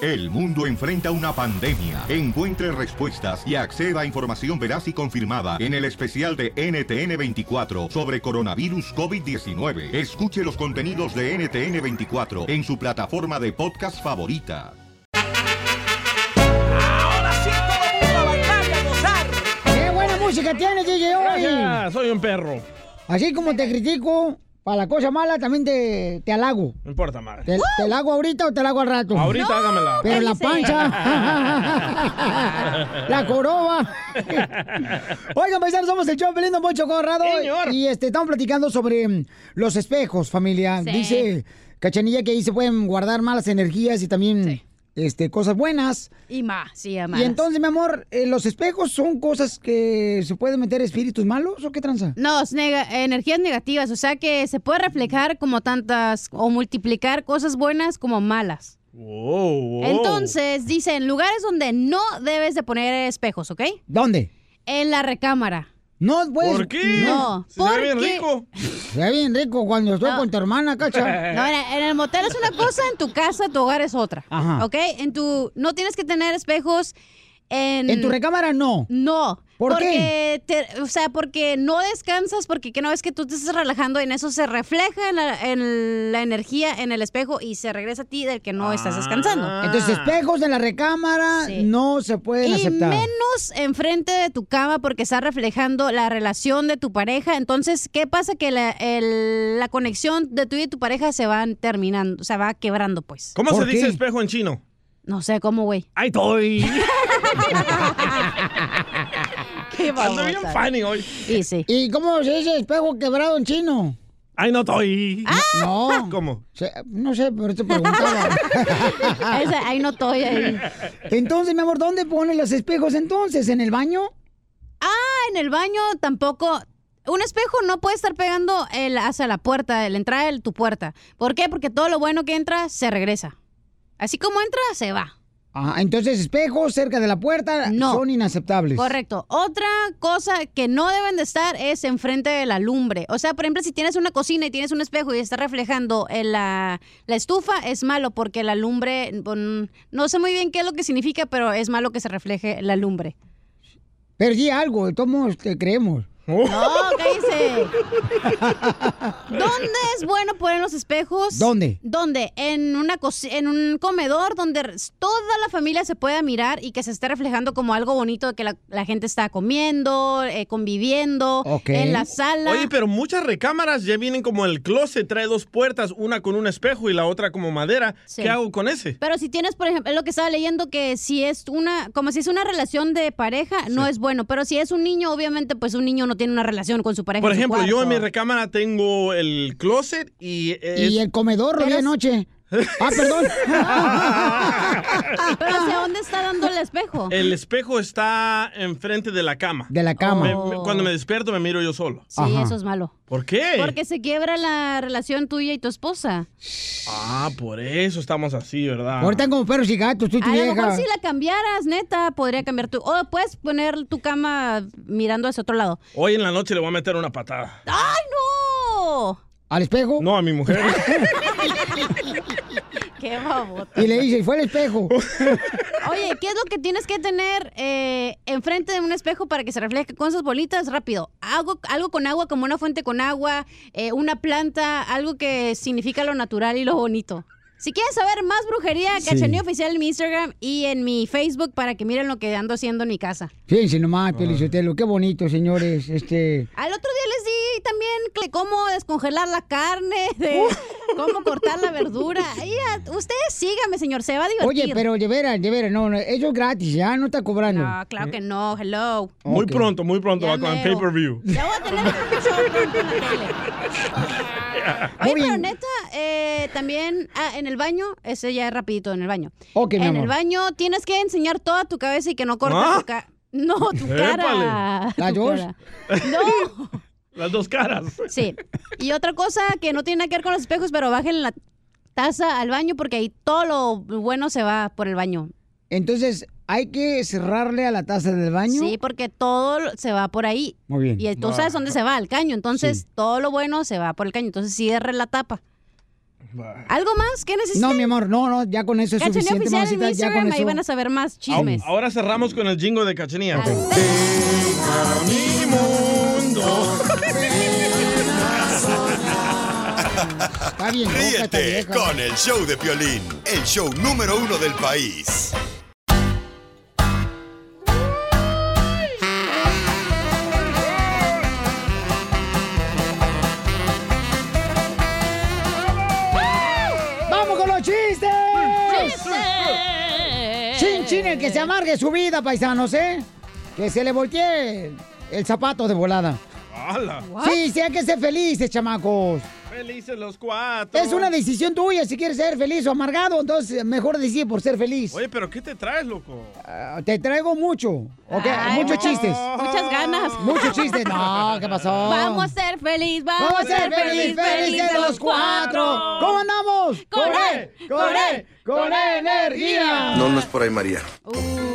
El mundo enfrenta una pandemia. Encuentre respuestas y acceda a información veraz y confirmada en el especial de NTN24 sobre coronavirus COVID-19. Escuche los contenidos de NTN24 en su plataforma de podcast favorita. Ahora sí, todo el mundo a bailar y a gozar. ¡Qué buena música tienes, DJ, hoy! Gracias, soy un perro. Así como te critico para la cosa mala, también te, te halago. No importa, madre. ¿Te, te la hago ahorita o te la hago al rato? Ahorita No. hágamela. Pero la pancha, la coroba. Oigan, paisanos, somos el show de Pelín, Don Poncho Corrado. Y este, estamos platicando sobre mm, los espejos, familia. Sí. Dice Cachanilla que ahí se pueden guardar malas energías y también este, cosas buenas. Y más, sí, Y entonces, mi amor, eh, ¿los espejos son cosas que se pueden meter espíritus malos o qué tranza? No, es nega- energías negativas, o sea que se puede reflejar como tantas o multiplicar cosas buenas como malas. Entonces, dice, en lugares donde no debes de poner espejos, ¿ok? ¿Dónde? En la recámara. No, pues. ¿Por qué? No, Se ve porque- bien rico. Se ve bien rico cuando estoy con tu hermana, cacha. No, en, en el motel es una cosa, en tu casa, tu hogar es otra. Ajá. ¿Ok? En tu, no tienes que tener espejos en... En tu recámara no. No. ¿Por porque te- o sea, porque no descansas, porque que no es que tú te estés relajando, en eso se refleja en la, en la energía en el espejo y se regresa a ti del que no estás descansando. Ah. Entonces, espejos en la recámara no se pueden y aceptar. menos enfrente de tu cama porque está reflejando la relación de tu pareja. Entonces, ¿qué pasa? Que la, el- la conexión de tú y tu pareja se van terminando, se va quebrando, pues. ¿Cómo se dice espejo en chino? No sé cómo, güey. ¡Ay, estoy! Qué Ando bien babosa. funny hoy. Y sí. ¿Y cómo se dice espejo quebrado en chino? ¡Ay, no estoy! Ah. No. ¿Cómo? Se- no sé, pero te preguntaba. Esa- ahí no estoy. ahí. Entonces, mi amor, ¿dónde pones los espejos entonces? ¿En el baño? Ah, en el baño tampoco. Un espejo no puede estar pegando el, hacia la puerta, la entrada de tu puerta. ¿Por qué? Porque todo lo bueno que entra se regresa. Así como entra, se va. Ah, entonces espejos cerca de la puerta son inaceptables. Correcto. Otra cosa que no deben de estar es enfrente de la lumbre. O sea, por ejemplo, si tienes una cocina y tienes un espejo y está reflejando en la, la estufa, es malo porque la lumbre, mm, no sé muy bien qué es lo que significa, pero es malo que se refleje la lumbre. Pero di algo, de todos modos te creemos. No, cállese. ¿Dónde es bueno poner los espejos? ¿Dónde? ¿Dónde? En, una cosi- en un comedor donde r- toda la familia se pueda mirar y que se esté reflejando como algo bonito de que la, la gente está comiendo, eh, conviviendo, en la sala. Oye, pero muchas recámaras ya vienen como el closet, trae dos puertas, una con un espejo y la otra como madera. Sí. ¿Qué hago con ese? Pero si tienes, por ejemplo, es lo que estaba leyendo, que si es una, como si es una relación de pareja, no es bueno. Pero si es un niño, obviamente, pues un niño no tiene una relación con su pareja. Por en su ejemplo, yo en cuarto. mi recámara tengo el closet y... eh, Y el comedor lo vi anoche. Ah, perdón. Pero ¿hacia dónde está dando el espejo? El espejo está enfrente de la cama. De la cama. Me- me- cuando me despierto me miro yo solo. Sí, eso es malo. ¿Por qué? Porque se quiebra la relación tuya y tu esposa. Ah, por eso estamos así, ¿verdad? Ahorita están como perros y gatos, tú y tu A lo mejor vieja. si la cambiaras, neta, podría cambiar tu... O puedes poner tu cama mirando hacia otro lado. Hoy en la noche le voy a meter una patada. ¡Ay, no! ¿Al espejo? No, a mi mujer. ¡Qué babota! Y le dice, y fue el espejo. Oye, ¿qué es lo que tienes que tener eh, enfrente de un espejo para que se refleje con sus bolitas? Rápido. Algo, algo con agua, como una fuente con agua, eh, una planta, algo que significa lo natural y lo bonito. Si quieren saber más brujería, Sí. Cachanilla Oficial en mi Instagram y en mi Facebook para que miren lo que ando haciendo en mi casa. Fíjense nomás, Pelizotelo, qué bonito, señores. Este. Al otro día les di también que cómo descongelar la carne, de cómo cortar la verdura. Ahí a- ustedes síganme, señor, se va a divertir. Oye, pero de veras, de veras, no, no, eso es gratis, ya no está cobrando. No, Ah, claro que no, hello. Muy pronto, muy pronto Ya va con el mero. pay-per-view. Ya voy a tener un show pronto en la tele. Oye, pero neta, eh, también ah, en el baño, ese ya es rapidito, en el baño. Ok, mi en amor. el baño tienes que enseñar toda tu cabeza y que no cortes ¿Ah? tu cara. No, tu cara. Épale. ¿La Tu Josh? cara. No. Las dos caras. Sí. Y otra cosa que no tiene nada que ver con los espejos, pero bajen la taza al baño porque ahí todo lo bueno se va por el baño. Entonces, hay que cerrarle a la taza del baño. Sí, porque todo lo- se va por ahí. Muy bien. Y tú Va. sabes dónde se va, al caño. Entonces, todo lo bueno se va por el caño. Entonces, cierre la tapa. ¿Algo más? ¿Qué necesitan? No, mi amor, no, no, ya con eso es Cachanilla suficiente, oficial en mamacita, ya con Instagram, ahí eso. van a saber más chismes. Ahora, cerramos con el jingo de Cachenía. Ríete con el show de Piolín, el show número uno del país. ¡Vamos con los chistes! Chin, chin, el que se amargue su vida, paisanos, ¿eh? Que se le voltee el zapato de volada. ¡Hala! Sí, sí, hay que ser felices, chamacos. Felices los cuatro. Es una decisión tuya si quieres ser feliz o amargado, entonces mejor decide por ser feliz. Oye, pero ¿qué te traes, loco? Ah, Te traigo mucho, ¿ok? Ay, Muchos no. chistes. Muchas ganas. Muchos chistes. No, ¿qué pasó? Vamos a ser feliz, vamos, Vamos a ser feliz, feliz, felices los cuatro. ¿Cómo andamos? Con él, con él, con energía. No, no es por ahí, María.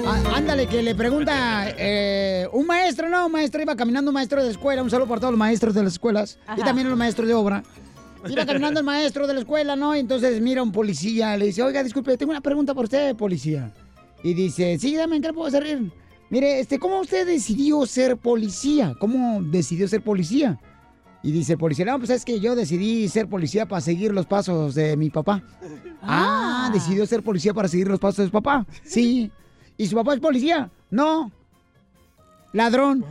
Á- Ándale, que le pregunta eh, un maestro, no, un maestro iba caminando, un maestro de escuela, un saludo para todos los maestros de las escuelas y Ajá. también los maestros de obra. Iba caminando el maestro de la escuela, ¿no? Y entonces mira a un policía, le dice, oiga, disculpe, tengo una pregunta por usted, policía. Y dice, sí, dame, ¿en qué le puedo servir? Mire, este, ¿cómo usted decidió ser policía? ¿Cómo decidió ser policía? Y dice el policía, no, pues es que yo decidí ser policía para seguir los pasos de mi papá. Ah, decidió ser policía para seguir los pasos de su papá. Sí. ¿Y su papá es policía? No. Ladrón.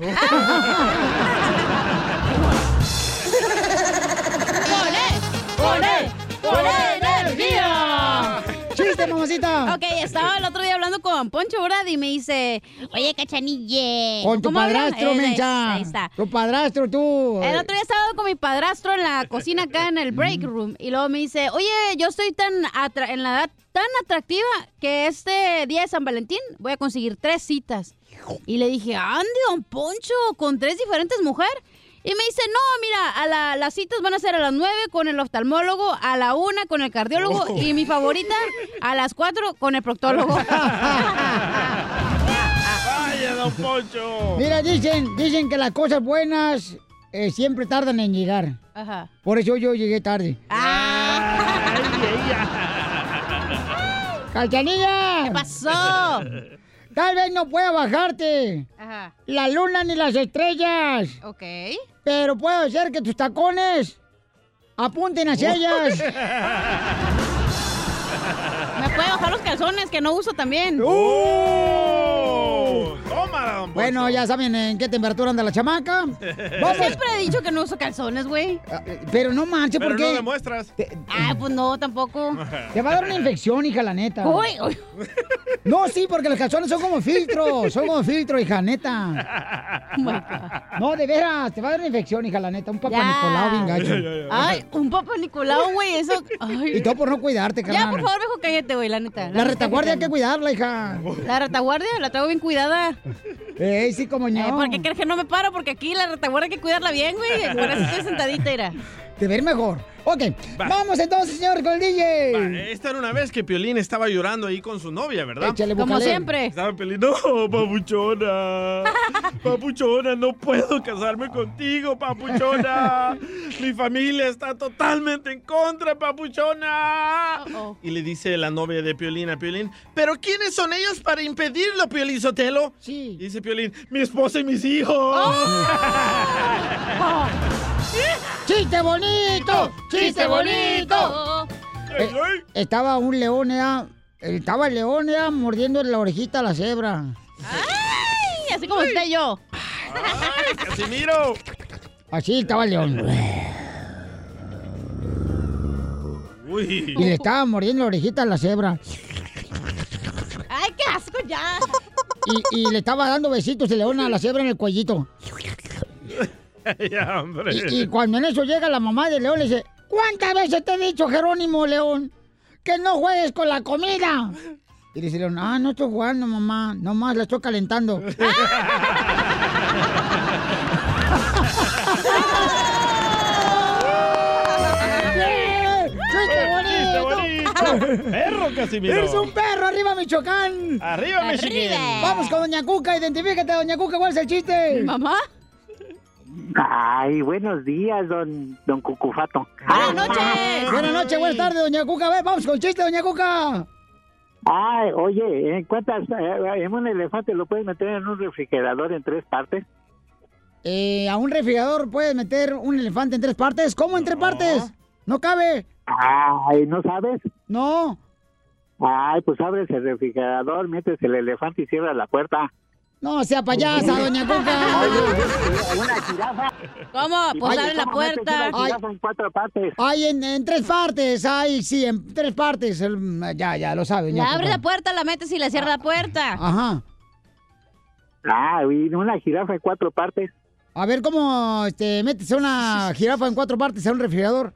¡Con él! ¡Con él! ¡Con energía! ¡Chiste, mamacita! Ok, estaba el otro día hablando con Poncho Brady y me dice, oye, cachanille. Con tu ¿cómo hablan? padrastro, Eh, de- mencha. Ahí está. Tu padrastro, tú. El otro día estaba con mi padrastro en la cocina acá en el break room y luego me dice, oye, yo estoy tan atra- en la edad tan atractiva que este día de San Valentín voy a conseguir tres citas. Y le dije, Andy, don Poncho, con tres diferentes mujeres. Y me dice, no, mira, a la- las citas van a ser a las nueve con el oftalmólogo, a la una con el cardiólogo Oh. y mi favorita a las cuatro con el proctólogo. ¡Vaya, don Poncho! Mira, dicen, dicen que las cosas buenas eh, siempre tardan en llegar. Ajá. Por eso yo llegué tarde. ¡Calcanilla! ¿Qué pasó? Tal vez no pueda bajarte Ajá. la luna ni las estrellas, Ok. pero puedo hacer que tus tacones apunten hacia ellas. Me puede bajar los calzones que no uso también. ¡Uh! ¡Oh! ¡Oh! Bueno, ya saben en qué temperatura anda la chamaca. Vamos, Siempre he dicho que no uso calzones, güey. Ah, pero no manches, Pero ¿por no qué? demuestras. Ah, pues no, tampoco. Te va a dar una infección, hija, la neta. Uy, uy. No, sí, porque los calzones son como filtros, son como filtro, hija, neta. No, de veras, te va a dar una infección, hija, la neta. Un papá Ya. Nicolau bien gacho. Ay, un papá Nicolau, güey, eso. Ay. Y todo por no cuidarte, carnal. Ya, por favor, mejor cállate, güey, la neta. La retaguardia hay que cuidarla, hija. La retaguardia la traigo bien cuidada. Ey, sí, como Eh, no. ¿Por qué crees que no me paro? Porque aquí la retaguardia hay que cuidarla bien, güey. Por eso estoy sentadita, era. Te ver mejor. Ok, vamos entonces, señor, con el DJ. Esta era una vez que Piolín estaba llorando ahí con su novia, ¿verdad? Échale, Como Bucalé. siempre. Estaba Piolín, no, papuchona, papuchona, no puedo casarme contigo, papuchona. Mi familia está totalmente en contra, papuchona. Y le dice la novia de Piolín a Piolín, ¿pero quiénes son ellos para impedirlo, Piolín Sotelo? Sí. ¡Oh! Dice Piolín, mi esposa y mis hijos. ¡Chiste bonito! ¡Chiste bonito! Eh, estaba un león, ¿eh? Estaba el león, ¿eh? mordiendo la orejita a la cebra. Ay, así como usted y yo. ¡Ay, Casimiro! Así estaba el león. Uy. Y le estaba mordiendo la orejita a la cebra. Ay, qué asco ya. Y, y le estaba dando besitos el león a la cebra en el cuellito. ya, hombre. Eh. Y cuando en eso llega la mamá de León, le dice, ¿cuántas veces te he dicho, Jerónimo León, que no juegues con la comida? Y le dice León, ah, no estoy jugando, mamá, nomás la estoy calentando. ¡Ah! ¡Perro, Casimiro! ¡Eres un perro! ¡Arriba, Michoacán! ¡Arriba, Michigan! Vamos con Doña Cuca, identifícate, Doña Cuca, ¿cuál es el chiste? ¿Mi mamá? Ay, buenos días, don, don Cucufato. Buenas noches. Buenas noches, buenas tardes, doña Cuca. A ver, vamos con el chiste, doña Cuca. Ay, oye, ¿en cuántas, eh, en un elefante lo puedes meter en un refrigerador en tres partes? Eh, a un refrigerador puedes meter un elefante en tres partes. ¿Cómo en tres partes? No cabe. Ay, ¿no sabes? No. Ay, pues abres el refrigerador, metes el elefante y cierras la puerta. No sea payasa, doña Cuca. Una jirafa. ¿Cómo? Pues Oye, abre la ¿cómo metes puerta. Una jirafa en cuatro partes. Ay, en, en tres partes. Ay, sí, en tres partes. El- Ya, ya, lo sabe. doña La abre Cuca. la puerta, la metes y la cierra la puerta. Ajá. Ah, y una jirafa en cuatro partes. A ver, ¿cómo este, metes a una jirafa en cuatro partes a un refrigerador?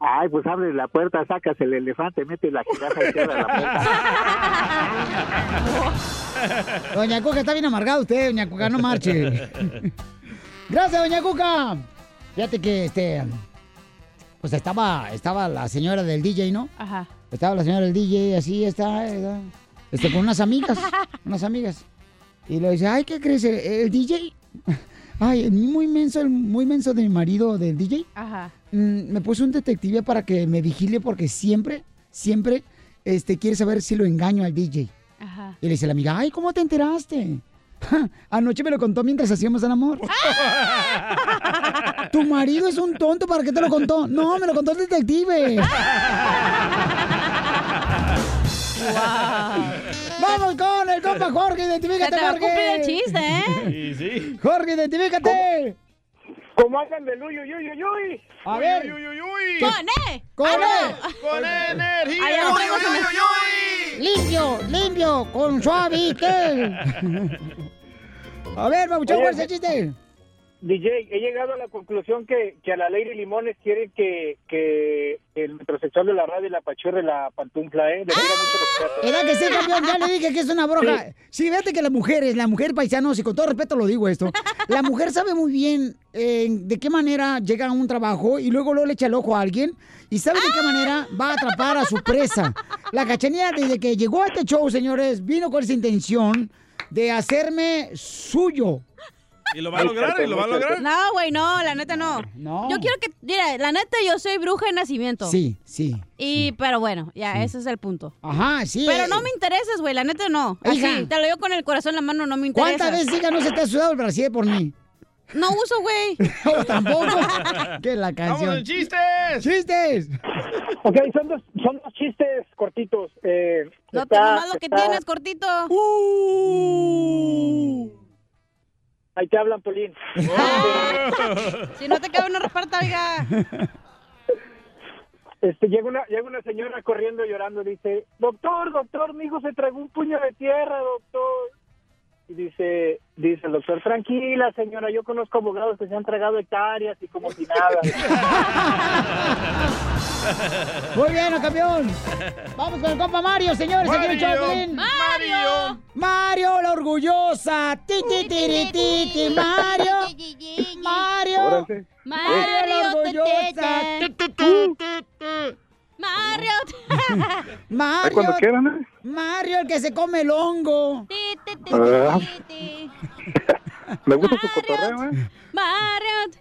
Ay, pues abres la puerta, sacas el elefante, metes la jirafa y cierras la puerta. Doña Cuca, está bien amargado usted, doña Cuca, no marche. Gracias, doña Cuca. Fíjate que, este, pues estaba, estaba la señora del DJ, ¿no? Ajá. Estaba la señora del DJ, así está, está, este, con unas amigas, unas amigas. Y le dice, ay, ¿qué crees? El, el DJ, ay, el muy menso, el muy menso de mi marido, del DJ, Ajá. mm, me puso un detective para que me vigile porque siempre, siempre, este, quiere saber si lo engaño al DJ. Ajá. Y le dice la amiga, ay, ¿cómo te enteraste? "Ja, Anoche me lo contó mientras hacíamos el amor. tu marido es un tonto, ¿para qué te lo contó? No, me lo contó el detective. Vamos con el compa Jorge, Se identifícate, te va a cumplir Jorge. el chiste, ¿eh? Sí, sí. Jorge, identifícate. ¿Cómo andan del uy, uy, uy, uy, uy? A ver, Uy, uy, uy, uy. ¡Cone! corre. Con E, energía. Ahí lo Uy, traigo, uy, se me- uy, uy. Limpio, limpio, con suavitel. A ver, Mabuchón, ¿cuál es el chiste? DJ, he llegado a la conclusión que, que a la Lady Limones quieren que, que el metrosexual de la radio y la pachurre la pantufla, ¿eh? De verdad, mucho respeto. ¡Ah! Era que sí, campeón, ya le dije que es una broja. Sí, fíjate que las mujeres, la mujer paisanos, y con todo respeto lo digo esto, la mujer sabe muy bien eh, de qué manera llega a un trabajo y luego luego le echa el ojo a alguien y sabe de qué manera va a atrapar a su presa. La cachanilla desde que llegó a este show, señores, vino con esa intención de hacerme suyo. Y lo va a lograr, y lo va a lograr. No, güey, no, la neta no. No. Yo quiero que, mira, la neta yo soy bruja de nacimiento. Sí, sí. Y, pero bueno, ya, ese es el punto. Ajá, sí. eh. Pero no me interesas, güey, la neta no. Así, Hija. te lo digo con el corazón en la mano, no me interesa. ¿Cuántas veces, hija, no se te ha sudado el brasier por mí? No uso, güey. No, tampoco. que la ¡Vamos canción. en chistes! ¡Chistes! Ok, son dos, son dos chistes cortitos. Eh, No está- tengo más lo que está- tienes, cortito. Uh. Ahí te hablan, Polín. Si no te cabe una reparta, oiga. Este, llega, una, llega una señora corriendo llorando y dice, doctor, doctor, mi hijo se tragó un puño de tierra, doctor. Y dice, dice el doctor, tranquila señora, yo conozco abogados que se han tragado hectáreas y como si nada. Muy bien, ¿no, campeón. Vamos con el compa Mario, señores. Aquí en el show de Piolín. Mario. Mario, la orgullosa. Ti, ti, tiri, ti, ti, Mario. Mario. Mario, la Mario, te, orgullosa. te, Tu, tu, tu. Mario, Mario. quieran, ¿eh? Mario, el que se come el hongo. te, te, te, Ah. te, te. Me gusta su Mario. cotorreo, ¿eh? Mario,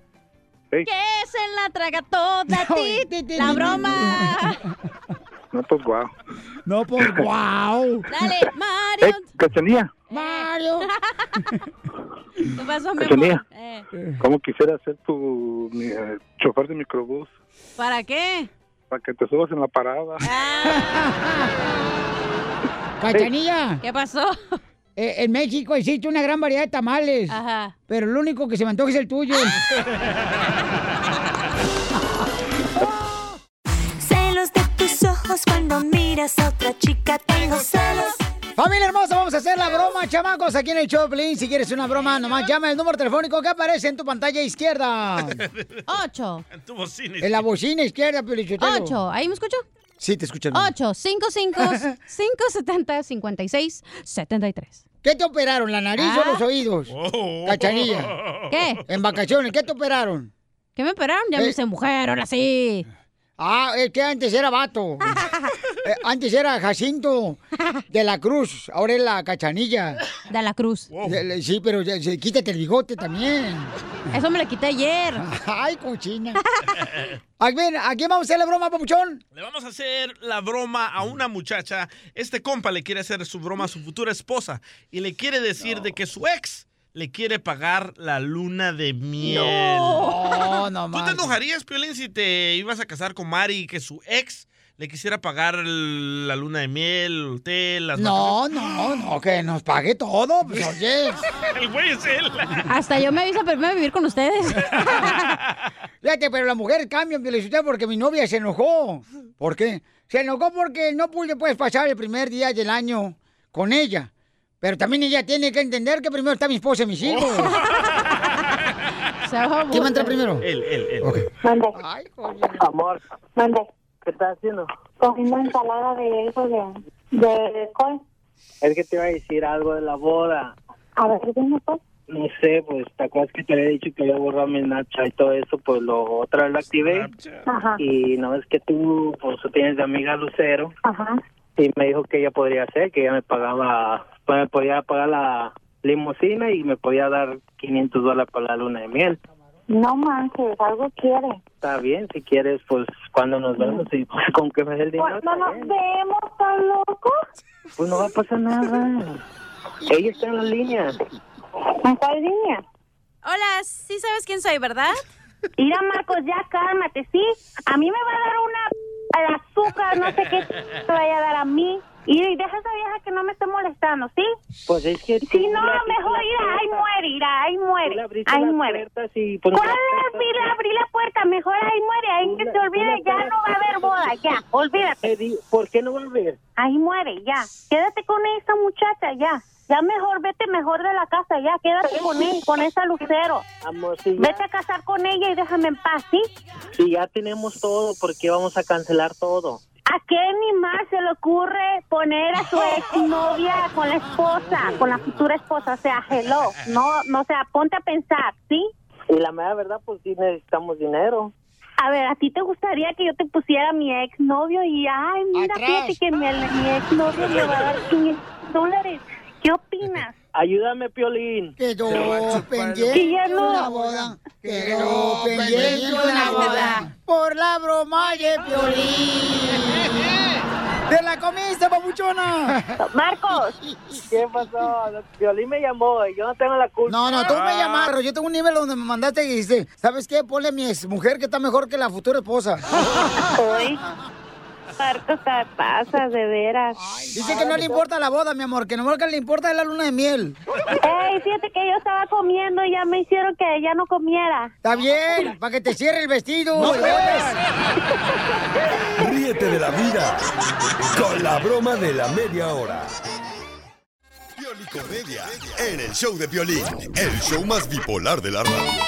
Ey. que se la traga toda No, ti, ti, ti, la ti, broma. No, pues guau. No, pues, wow. Dale, Ey, Mario. Eh, Cachanilla, Mario. ¿Qué pasó, mi amor? Cachanilla. Eh, ¿cómo quisiera ser tu eh, chofer de microbús? ¿Para qué? Para que te subas en la parada. Ah, Cachanilla, ¿Qué pasó? eh, en México existe una gran variedad de tamales. Ajá. Pero el único que se me antoja es el tuyo. Celos de tus ojos cuando miras a otra chica. Tengo celos. Familia hermosa, vamos a hacer la broma, chamacos, aquí en el show, de Piolín. Si quieres una broma, nomás llama el número telefónico que aparece en tu pantalla izquierda. Ocho. En tu bocina. En la bocina izquierda, Pelichotelo. Ocho. ¿Ahí me escucho? Sí, te escuchan. 8, 5, 5, 5, 70, 56, 73. ¿Qué te operaron, la nariz Ah. o los oídos? Oh. Cachanilla. ¿Qué? En vacaciones, ¿qué te operaron? ¿Qué me esperaron? Ya Eh. me hice mujer, ahora sí. Ah, es que antes era vato. Eh, antes era Jacinto de la Cruz, ahora es la Cachanilla. De la Cruz. Sí, pero ya- sí, quítate el bigote también. Eso me lo quité ayer. Ay, cochina. A ver, ¿a quién vamos a hacer la broma, papuchón? Le vamos a hacer la broma Mm. a una muchacha. Este compa le quiere hacer su broma a su futura esposa y le quiere decir de que su ex le quiere pagar la luna de miel. No, no ¿Tú te enojarías, Piolín, si te ibas a casar con Mari y que su ex le quisiera pagar el- la luna de miel, el hotel, las No, no, no, que nos pague todo, pues oye. El güey es él. Hasta yo me aviso pero me voy a vivir con ustedes. Fíjate, pero la mujer cambia, Pielizutel, porque mi novia se enojó. ¿Por qué? Se enojó porque no pude pues, pasar el primer día del año con ella. Pero también ella tiene que entender que primero está mi esposa y mis hijos. ¿Quién va a entrar primero? Él, él, él. Mande. Amor. Mande. ¿Qué estás haciendo? Comiendo ensalada de eso de, de col. Es que te iba a decir algo de la boda. A ver, dime pues. No sé, pues, ¿te acuerdas que te había dicho que había borrado mi Snapchat y todo eso? Pues lo otra vez lo activé. Ajá. Y no es que tú, pues, tú tienes de amiga a Lucero. Ajá. Y me dijo que ella podría hacer, que ella me pagaba, pues, me podía pagar la limusina y me podía dar 500 dólares para la luna de miel. No manches, algo quiere. Está bien, si quieres, pues, cuando nos vemos y pues, con que me dé el dinero. Pues no nos vemos, tan loco. Pues no va a pasar nada. Ella está en la línea. ¿En cuál línea? Hola, sí sabes quién soy, ¿verdad? Mira, Marcos, ya cálmate, ¿sí? A mí me va a dar una al azúcar, no sé qué te vaya a dar a mí. Y deja a esa vieja que no me esté molestando, ¿sí? Pues es que. Si no, mejor irá, ahí muere, irá, ahí le muere, abriste ahí las muere. puertas y, pues, ¿Cuál no- abrir, abrir la puerta? Mejor ahí muere, ahí que se olvide, ya no va a haber boda, ya, olvídate. ¿Por qué no va a haber? Ahí muere, ya. Quédate con esa muchacha, ya. Ya mejor vete mejor de la casa, ya. Quédate con él, con esa lucero. Amor, si ya, Vete a casar con ella y déjame en paz, ¿sí? si ya tenemos todo, ¿por qué vamos a cancelar todo? ¿A qué ni más se le ocurre poner a su exnovia con la esposa, con la futura esposa? O sea, hello. No, no, o sea, ponte a pensar, ¿sí? Y la mera verdad, pues sí necesitamos dinero. A ver, ¿a ti te gustaría que yo te pusiera a mi exnovio? Y, ay, mira, Atrás. fíjate que mi, mi exnovio me va a dar 500 dólares. ¿Qué opinas? Ayúdame, Piolín. Quedó Que ya pendiente no. una boda. Quedó pues, pendiente una boda. Por la broma de Piolín. ¡Te la comiste, papuchona! ¡Marcos! ¿Qué pasó? Piolín me llamó, yo no tengo la culpa. No, no, tú Ah. me llamaron. Yo tengo un nivel donde me mandaste y dijiste, ¿sabes qué? Ponle a mi ex mujer que está mejor que la futura esposa. Hoy, Marcos, te pasas, de veras. Dice que no le importa la boda, mi amor, que nomás que le importa es la luna de miel. Ey, fíjate que yo estaba comiendo y ya me hicieron que ya no comiera. Está bien, para que te cierre el vestido. No, pues. Ríete de la vida con la broma de la media hora. Piolicomedia en el show de Piolín, el show más bipolar de la radio.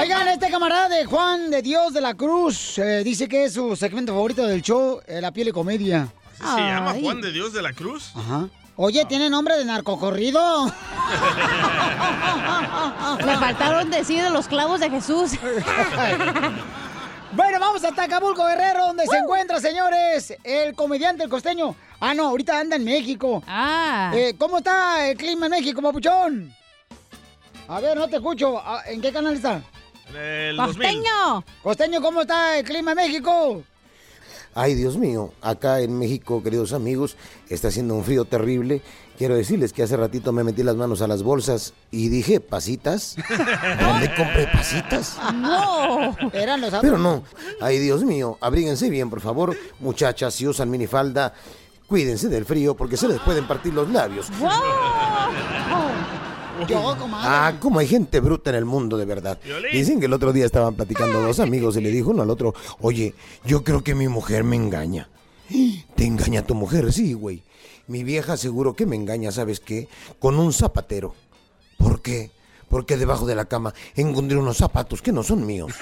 Oigan, este camarada de Juan de Dios de la Cruz eh, dice que es su segmento favorito del show, eh, La Piel y Comedia. ¿Se llama Juan de Dios de la Cruz? Ajá. Oye, tiene nombre de narcocorrido. Me faltaron decir de los clavos de Jesús. Bueno, vamos hasta Acapulco, Guerrero, donde se encuentra, señores, el comediante el costeño. Ah, no, ahorita anda en México. Eh, Ah. ¿Cómo está el clima en México, papuchón? A ver, no te escucho. Ah, ¿En qué canal está? El 2000. Costeño. Costeño, ¿cómo está el clima en México? Ay, Dios mío, acá en México, queridos amigos, está haciendo un frío terrible. Quiero decirles que hace ratito me metí las manos a las bolsas y dije, pasitas. ¿Dónde compré pasitas? No. Eran los Pero no, ay, Dios mío, abríguense bien, por favor. Muchachas, si usan minifalda, cuídense del frío porque se les pueden partir los labios. Yo, comadre. Ah, como hay gente bruta en el mundo, de verdad. Dicen que el otro día estaban platicando dos amigos y le dijo uno al otro, oye, yo creo que mi mujer me engaña. ¿Te engaña tu mujer? Sí, güey. Mi vieja seguro que me engaña, ¿sabes qué? Con un zapatero. ¿Por qué? Porque debajo de la cama encontré unos zapatos que no son míos.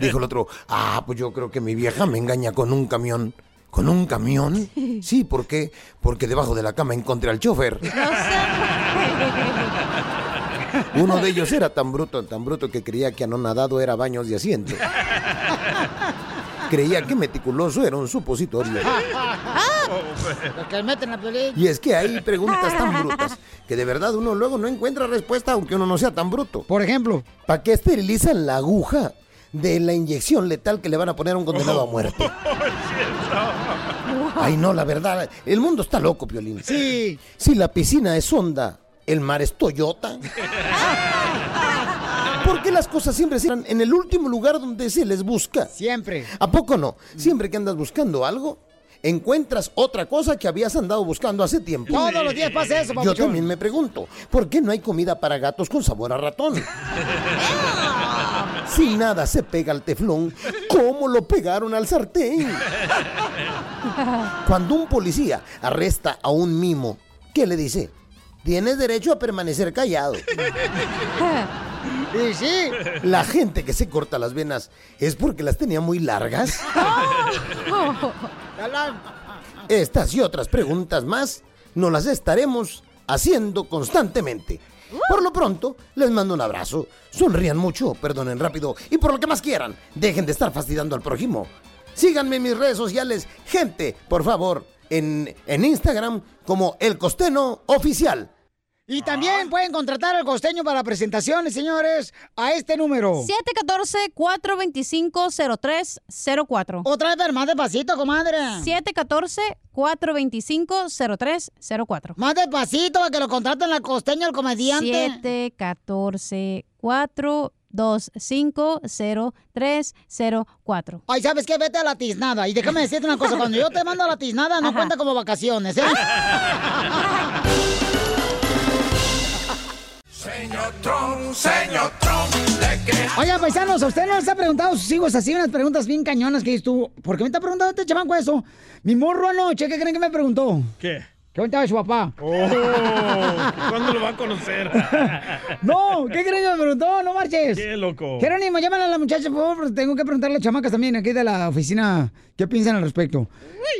Dijo el otro, ah, pues yo creo que mi vieja me engaña con un camión. ¿Con un camión? Sí, ¿por qué? Porque debajo de la cama encontré al chofer. Uno de ellos era tan bruto, tan bruto que creía que anonadado era baños de asiento. creía que meticuloso era un supositorio. Ah. Ah. Los que meten la película. Y es que hay preguntas tan brutas que de verdad uno luego no encuentra respuesta aunque uno no sea tan bruto. Por ejemplo, ¿para qué esterilizan la aguja de la inyección letal que le van a poner a un condenado a muerte? Ay, no, la verdad, el mundo está loco, Piolín. Sí. Si la piscina es honda, el mar es Toyota. ¿Por qué las cosas siempre están en el último lugar donde se les busca? Siempre. ¿A poco no? Siempre que andas buscando algo, encuentras otra cosa que habías andado buscando hace tiempo. Todos los días pasa Yo eso, papuchón. también me pregunto, ¿por qué no hay comida para gatos con sabor a ratón? Si nada se pega al teflón, ¿cómo lo pegaron al sartén? Cuando un policía arresta a un mimo, ¿qué le dice? Tienes derecho a permanecer callado. Y sí. La gente que se corta las venas es porque las tenía muy largas. Estas y otras preguntas más nos las estaremos haciendo constantemente. Por lo pronto, les mando un abrazo. Sonrían mucho, perdonen rápido y por lo que más quieran, dejen de estar fastidiando al prójimo. Síganme en mis redes sociales, gente, por favor, en, en Instagram como El Costeno Oficial. Y también pueden contratar al costeño para presentaciones, señores, a este número. 714-425-0304. Otra vez, más despacito, comadre. 714-425-0304. Más despacito, para que lo contraten la costeño, el comediante. 714-425-0304. Ay, ¿sabes qué? Vete a la tiznada. Y déjame decirte una cosa, cuando yo te mando a la tiznada no cuenta como vacaciones, ¿eh? Señor Trump, señor Trump, ¿de qué? Oiga, paisanos, ¿a usted no les ha preguntado a sus hijos así unas preguntas bien cañonas que dices tú? ¿Por qué me está preguntando este chamanco eso? Mi morro anoche, ¿qué creen que me preguntó? ¿Qué? ¿Qué contaba su papá? Oh, ¿Cuándo lo va a conocer? No, ¿qué creen que me preguntó? No marches. Qué loco. Jerónimo, llámale a la muchacha, por favor, porque tengo que preguntarle a las chamacas también aquí de la oficina qué piensan al respecto.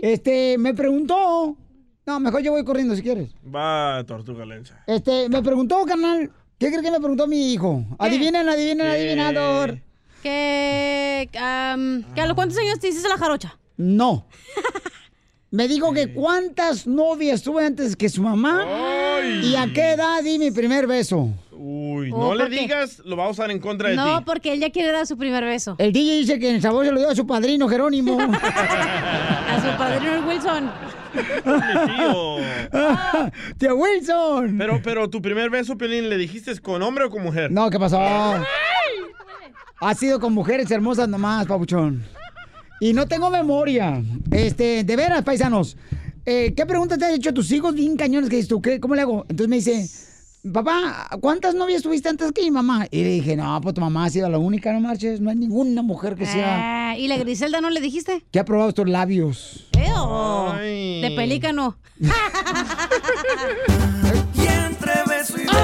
Este, me preguntó. No, mejor yo voy corriendo si quieres. Va, tortuga lencha. Este, me preguntó, carnal. ¿Qué creen que me preguntó mi hijo? Adivinen, adivinen, Eh, ¿Qué? adivinador. Que, am, que a los cuántos años te hiciste la jarocha. No. Me dijo que cuántas novias tuve antes que su mamá y a qué edad di mi primer beso. Uy, no Oh, le ¿por qué? digas, lo va a usar en contra de No, ti. porque él ya quiere dar su primer beso. El DJ dice que el sabor se lo dio a su padrino Jerónimo. A su padrino el Wilson. ¡Tío Wilson! Pero, pero tu primer beso, Pelín, ¿le dijiste con hombre o con mujer? No, ¿qué pasó? Ha sido con mujeres hermosas nomás, papuchón. Y no tengo memoria. Este, de veras, paisanos. Eh, ¿Qué preguntas te han hecho tus hijos bien cañones que dices tú? ¿Qué, ¿Cómo le hago? Entonces me dice, papá, ¿cuántas novias tuviste antes que mi mamá? Y le dije, no, pues tu mamá ha sido la única, no marches. No hay ninguna mujer que sea... Ah, ¿Y la Griselda no le dijiste? que ha probado estos labios. Eo. De pelícano. Entre beso y beso, decirte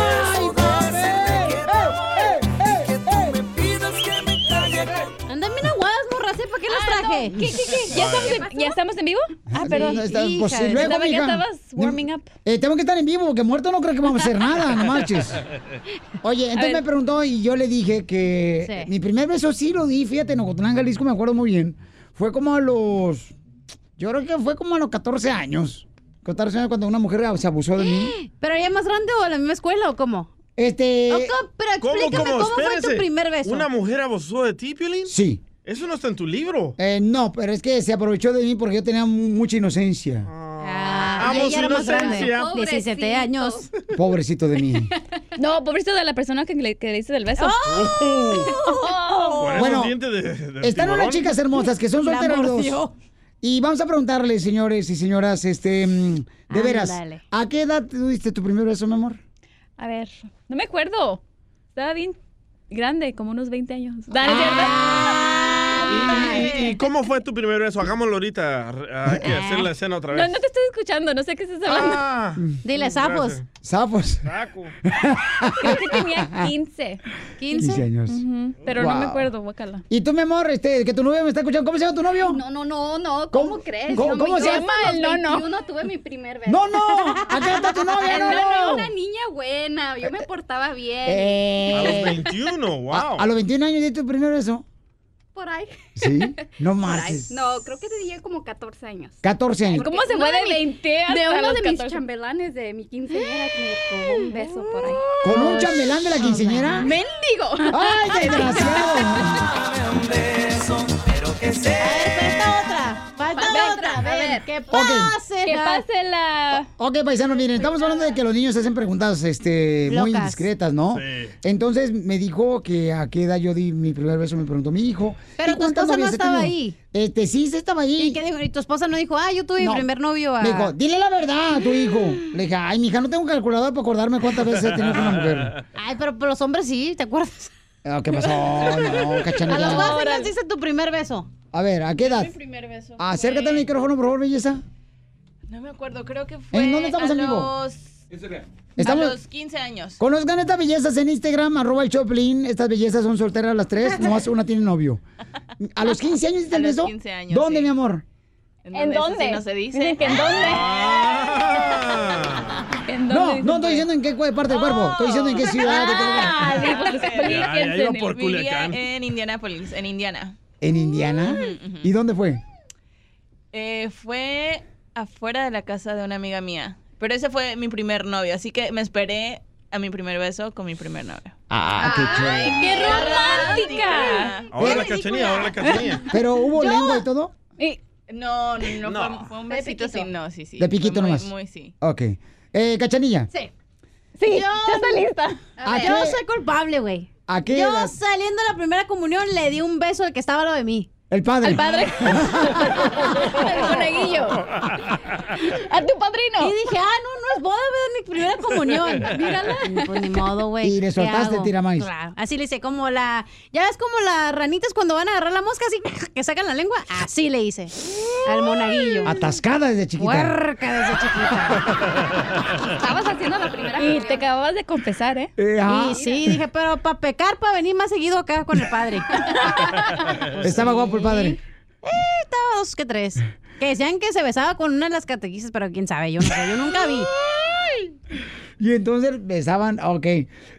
que te amo, y que tú me pidas que me calle con- Andan bien aguadas, morras, ¿eh? ¿Para qué las Ah, no. traje? ¿Qué, qué, qué? ¿Ya estamos en- ya estamos en vivo? Ah, perdón. Sí, está- pues, Hija, sí, luego, pensaba que mija. estabas warming up. Eh, tengo que estar en vivo porque muerto no creo que vamos a hacer nada, no marches. Oye, A entonces ver. me preguntó y yo le dije que Sí. mi primer beso sí lo di, fíjate, en Ocotlán, Jalisco, me acuerdo muy bien. Fue como a los. Yo creo que fue como a los 14 años. 14 años cuando una mujer se abusó de mí. ¿Pero ya más grande o en la misma escuela o cómo? Este. Ok, pero explícame cómo, fue tu Espérense. primer beso. ¿Una mujer abusó de ti, Piolín? Sí. Eso no está en tu libro. Eh, no, pero es que se aprovechó de mí porque yo tenía mu- mucha inocencia. Ah, Amo su ella era más grande. inocencia. 17 años. Pobrecito de mí. No, pobrecito de la persona que le, que le hice del beso. oh. Con esos Oh. Bueno, dientes de- de Están tiburón. unas chicas hermosas que son La solteras los dos. mordió. Y vamos a preguntarles, señores y señoras, este, mm, de veras, Ándale. ¿a qué edad tuviste tu primer beso, mi amor? A ver, no me acuerdo. Estaba bien grande, como unos 20 años. Ah, Dale, ¿Y, y- y cómo fue tu primer beso? Hagámoslo ahorita. re- Hay que hacer la escena otra No, vez. no te estoy escuchando, no sé qué estás hablando. Dile, sapos. Sapos. Creo que tenía 15. 15 años. Ujú, pero no me Wow. acuerdo, guacala. Y tú, mi amor, este, que tu novio me está escuchando, ¿cómo se llama tu novio? No, no, no, no. ¿Cómo, ¿Cómo, cómo se llama? No, no. Yo no tuve mi primer beso. No, no, acá está tu novia, no, no, no. era una niña buena, yo me portaba bien. Eh. A los 21, wow. ¿A los 21 años diste tu primer beso? por ahí. ¿Sí? No Por ahí. marches. No, creo que tenía como 14 años. 14 años. Porque ¿Cómo se uno fue de mi- 20 De hasta uno los de mis 14? chambelanes de mi quinceañera que me tomó un beso por ahí. ¿Con un chambelán de la quinceñera? ¡Mendigo! ¡Ay, desgraciado! otra. Falta Falta otra. otra, A a ver, ver. que pase. Ok. Que pase la... Ok, paisano, miren, estamos hablando de que los niños hacen preguntas este, muy Locas. indiscretas, ¿no? Sí. Entonces me dijo que a qué edad yo di mi primer beso, me preguntó mi hijo. Pero ¿y tu cuántas esposa no novias he estaba tenido? ahí. Este, sí, sí estaba ahí. ¿Y qué dijo? ¿Y tu esposa no dijo, ah, yo tuve mi No. primer novio a... Me dijo, dile la verdad a tu hijo. Le dije, ay, mija, no tengo un calculador para acordarme cuántas veces he tenido con una mujer. Ay, pero, pero los hombres sí, ¿te acuerdas? Ah, ¿Qué pasó? No, ¿A los cachanilla. cuántos años diste tu primer beso? A ver, ¿a qué edad? primer beso. Acércate al micrófono, por favor, belleza. No me acuerdo, creo que fue. ¿En dónde estamos a en vivo? Los... Estamos- A los 15 años. Conozcan estas bellezas en Instagram, arroba el Choplin. Estas bellezas son solteras las tres, nomás una tiene novio. ¿A los 15 años diste A el los beso? 15 años, ¿Dónde, mi amor? ¿En dónde? Eso sí no se dice. Ah. Dicen que en dónde. Ah. ¿En dónde No, dicen no estoy diciendo en qué cu- parte del cuerpo, estoy diciendo en qué ciudad. de qué Ah, lugar. sí, pues Ya, ya iba explíquense. por Vivía Culiacán. en Indianapolis, en Indiana. ¿En Indiana? Ujú, ujú. ¿Y dónde fue? Eh, fue afuera de la casa de una amiga mía. Pero ese fue mi primer novio, así que me esperé a mi primer beso con mi primer novio. Ah, qué chévere. ¡Qué romántica! Ahora la cachanilla, ahora la cachanilla. Pero hubo Yo- lengua y todo. No, no, no, No. Fue, fue un besito así, no, sí, sí. De piquito Fue muy, nomás. Muy, sí. Ok. Eh, Cachanilla, Sí. Sí, ya está lista. ¿A yo qué- soy culpable, güey. ¿a qué Yo edad? saliendo de la primera comunión le di un beso al que estaba al lado de mí. El padre. Al padre. El monaguillo. A tu padrino. Y dije, ah, no, no es boda, es mi primera comunión. Mírala. Ni- Pues ni modo, güey. Y le ¿qué soltaste hago? tiramaíz. Claro. Así le hice, como la. Ya ves como las ranitas cuando van a agarrar la mosca, así que sacan la lengua. Así le hice. Al monaguillo. Atascada desde chiquita. Puerca desde chiquita. Estabas haciendo la primera Y te acabas de confesar, ¿eh? Eh, ajá. Y sí, dije, pero para pecar, para venir más seguido acá con el padre. Estaba guapo el padre. Eh, estaba dos que tres. Que decían que se besaba con una de las catequistas, pero quién sabe, yo, no sé, yo nunca vi. Y entonces besaban, ok.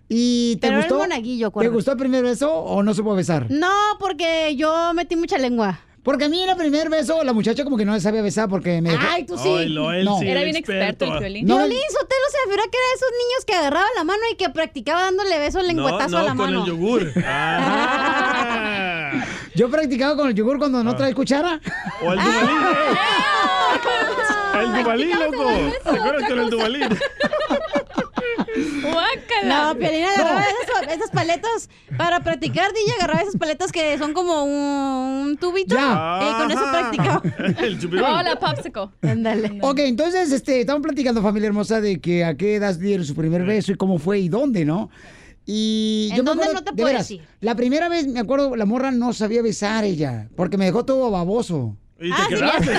¿Y te Pero era el gustó? monaguillo, ¿Te acuérdate. gustó el primer beso o no se puede besar? No, porque yo metí mucha lengua. Porque a mí en el primer beso la muchacha como que no sabía besar porque me dejó... Ay, tú sí. Ay, lo él sí era bien experto, el Violín Sotelo se afirmó que era de esos niños que agarraba la mano y que practicaba dándole besos lengüetazo a la con mano. el yogur. Ah. Yo practicaba con el yogur cuando no traes cuchara. O el Dubalín. Ah, El Dubalín, Practicaba loco. con eso, ¿Te acuerdas otra con el Dubalín? No, Piolina agarraba esas, esas paletas para practicar. DJ agarraba esas paletas que son como un, un tubito. Ya. Y con eso practicaba. El la popsicle. Ándale. Ok, entonces este, estamos platicando, familia hermosa, de que a qué edad dieron su primer beso y cómo fue y dónde, ¿no? Y ¿En yo me dónde acuerdo, no te de puedo veras, decir? La primera vez, me acuerdo, la morra no sabía besar ella, porque me dejó todo baboso. Y te quedaste.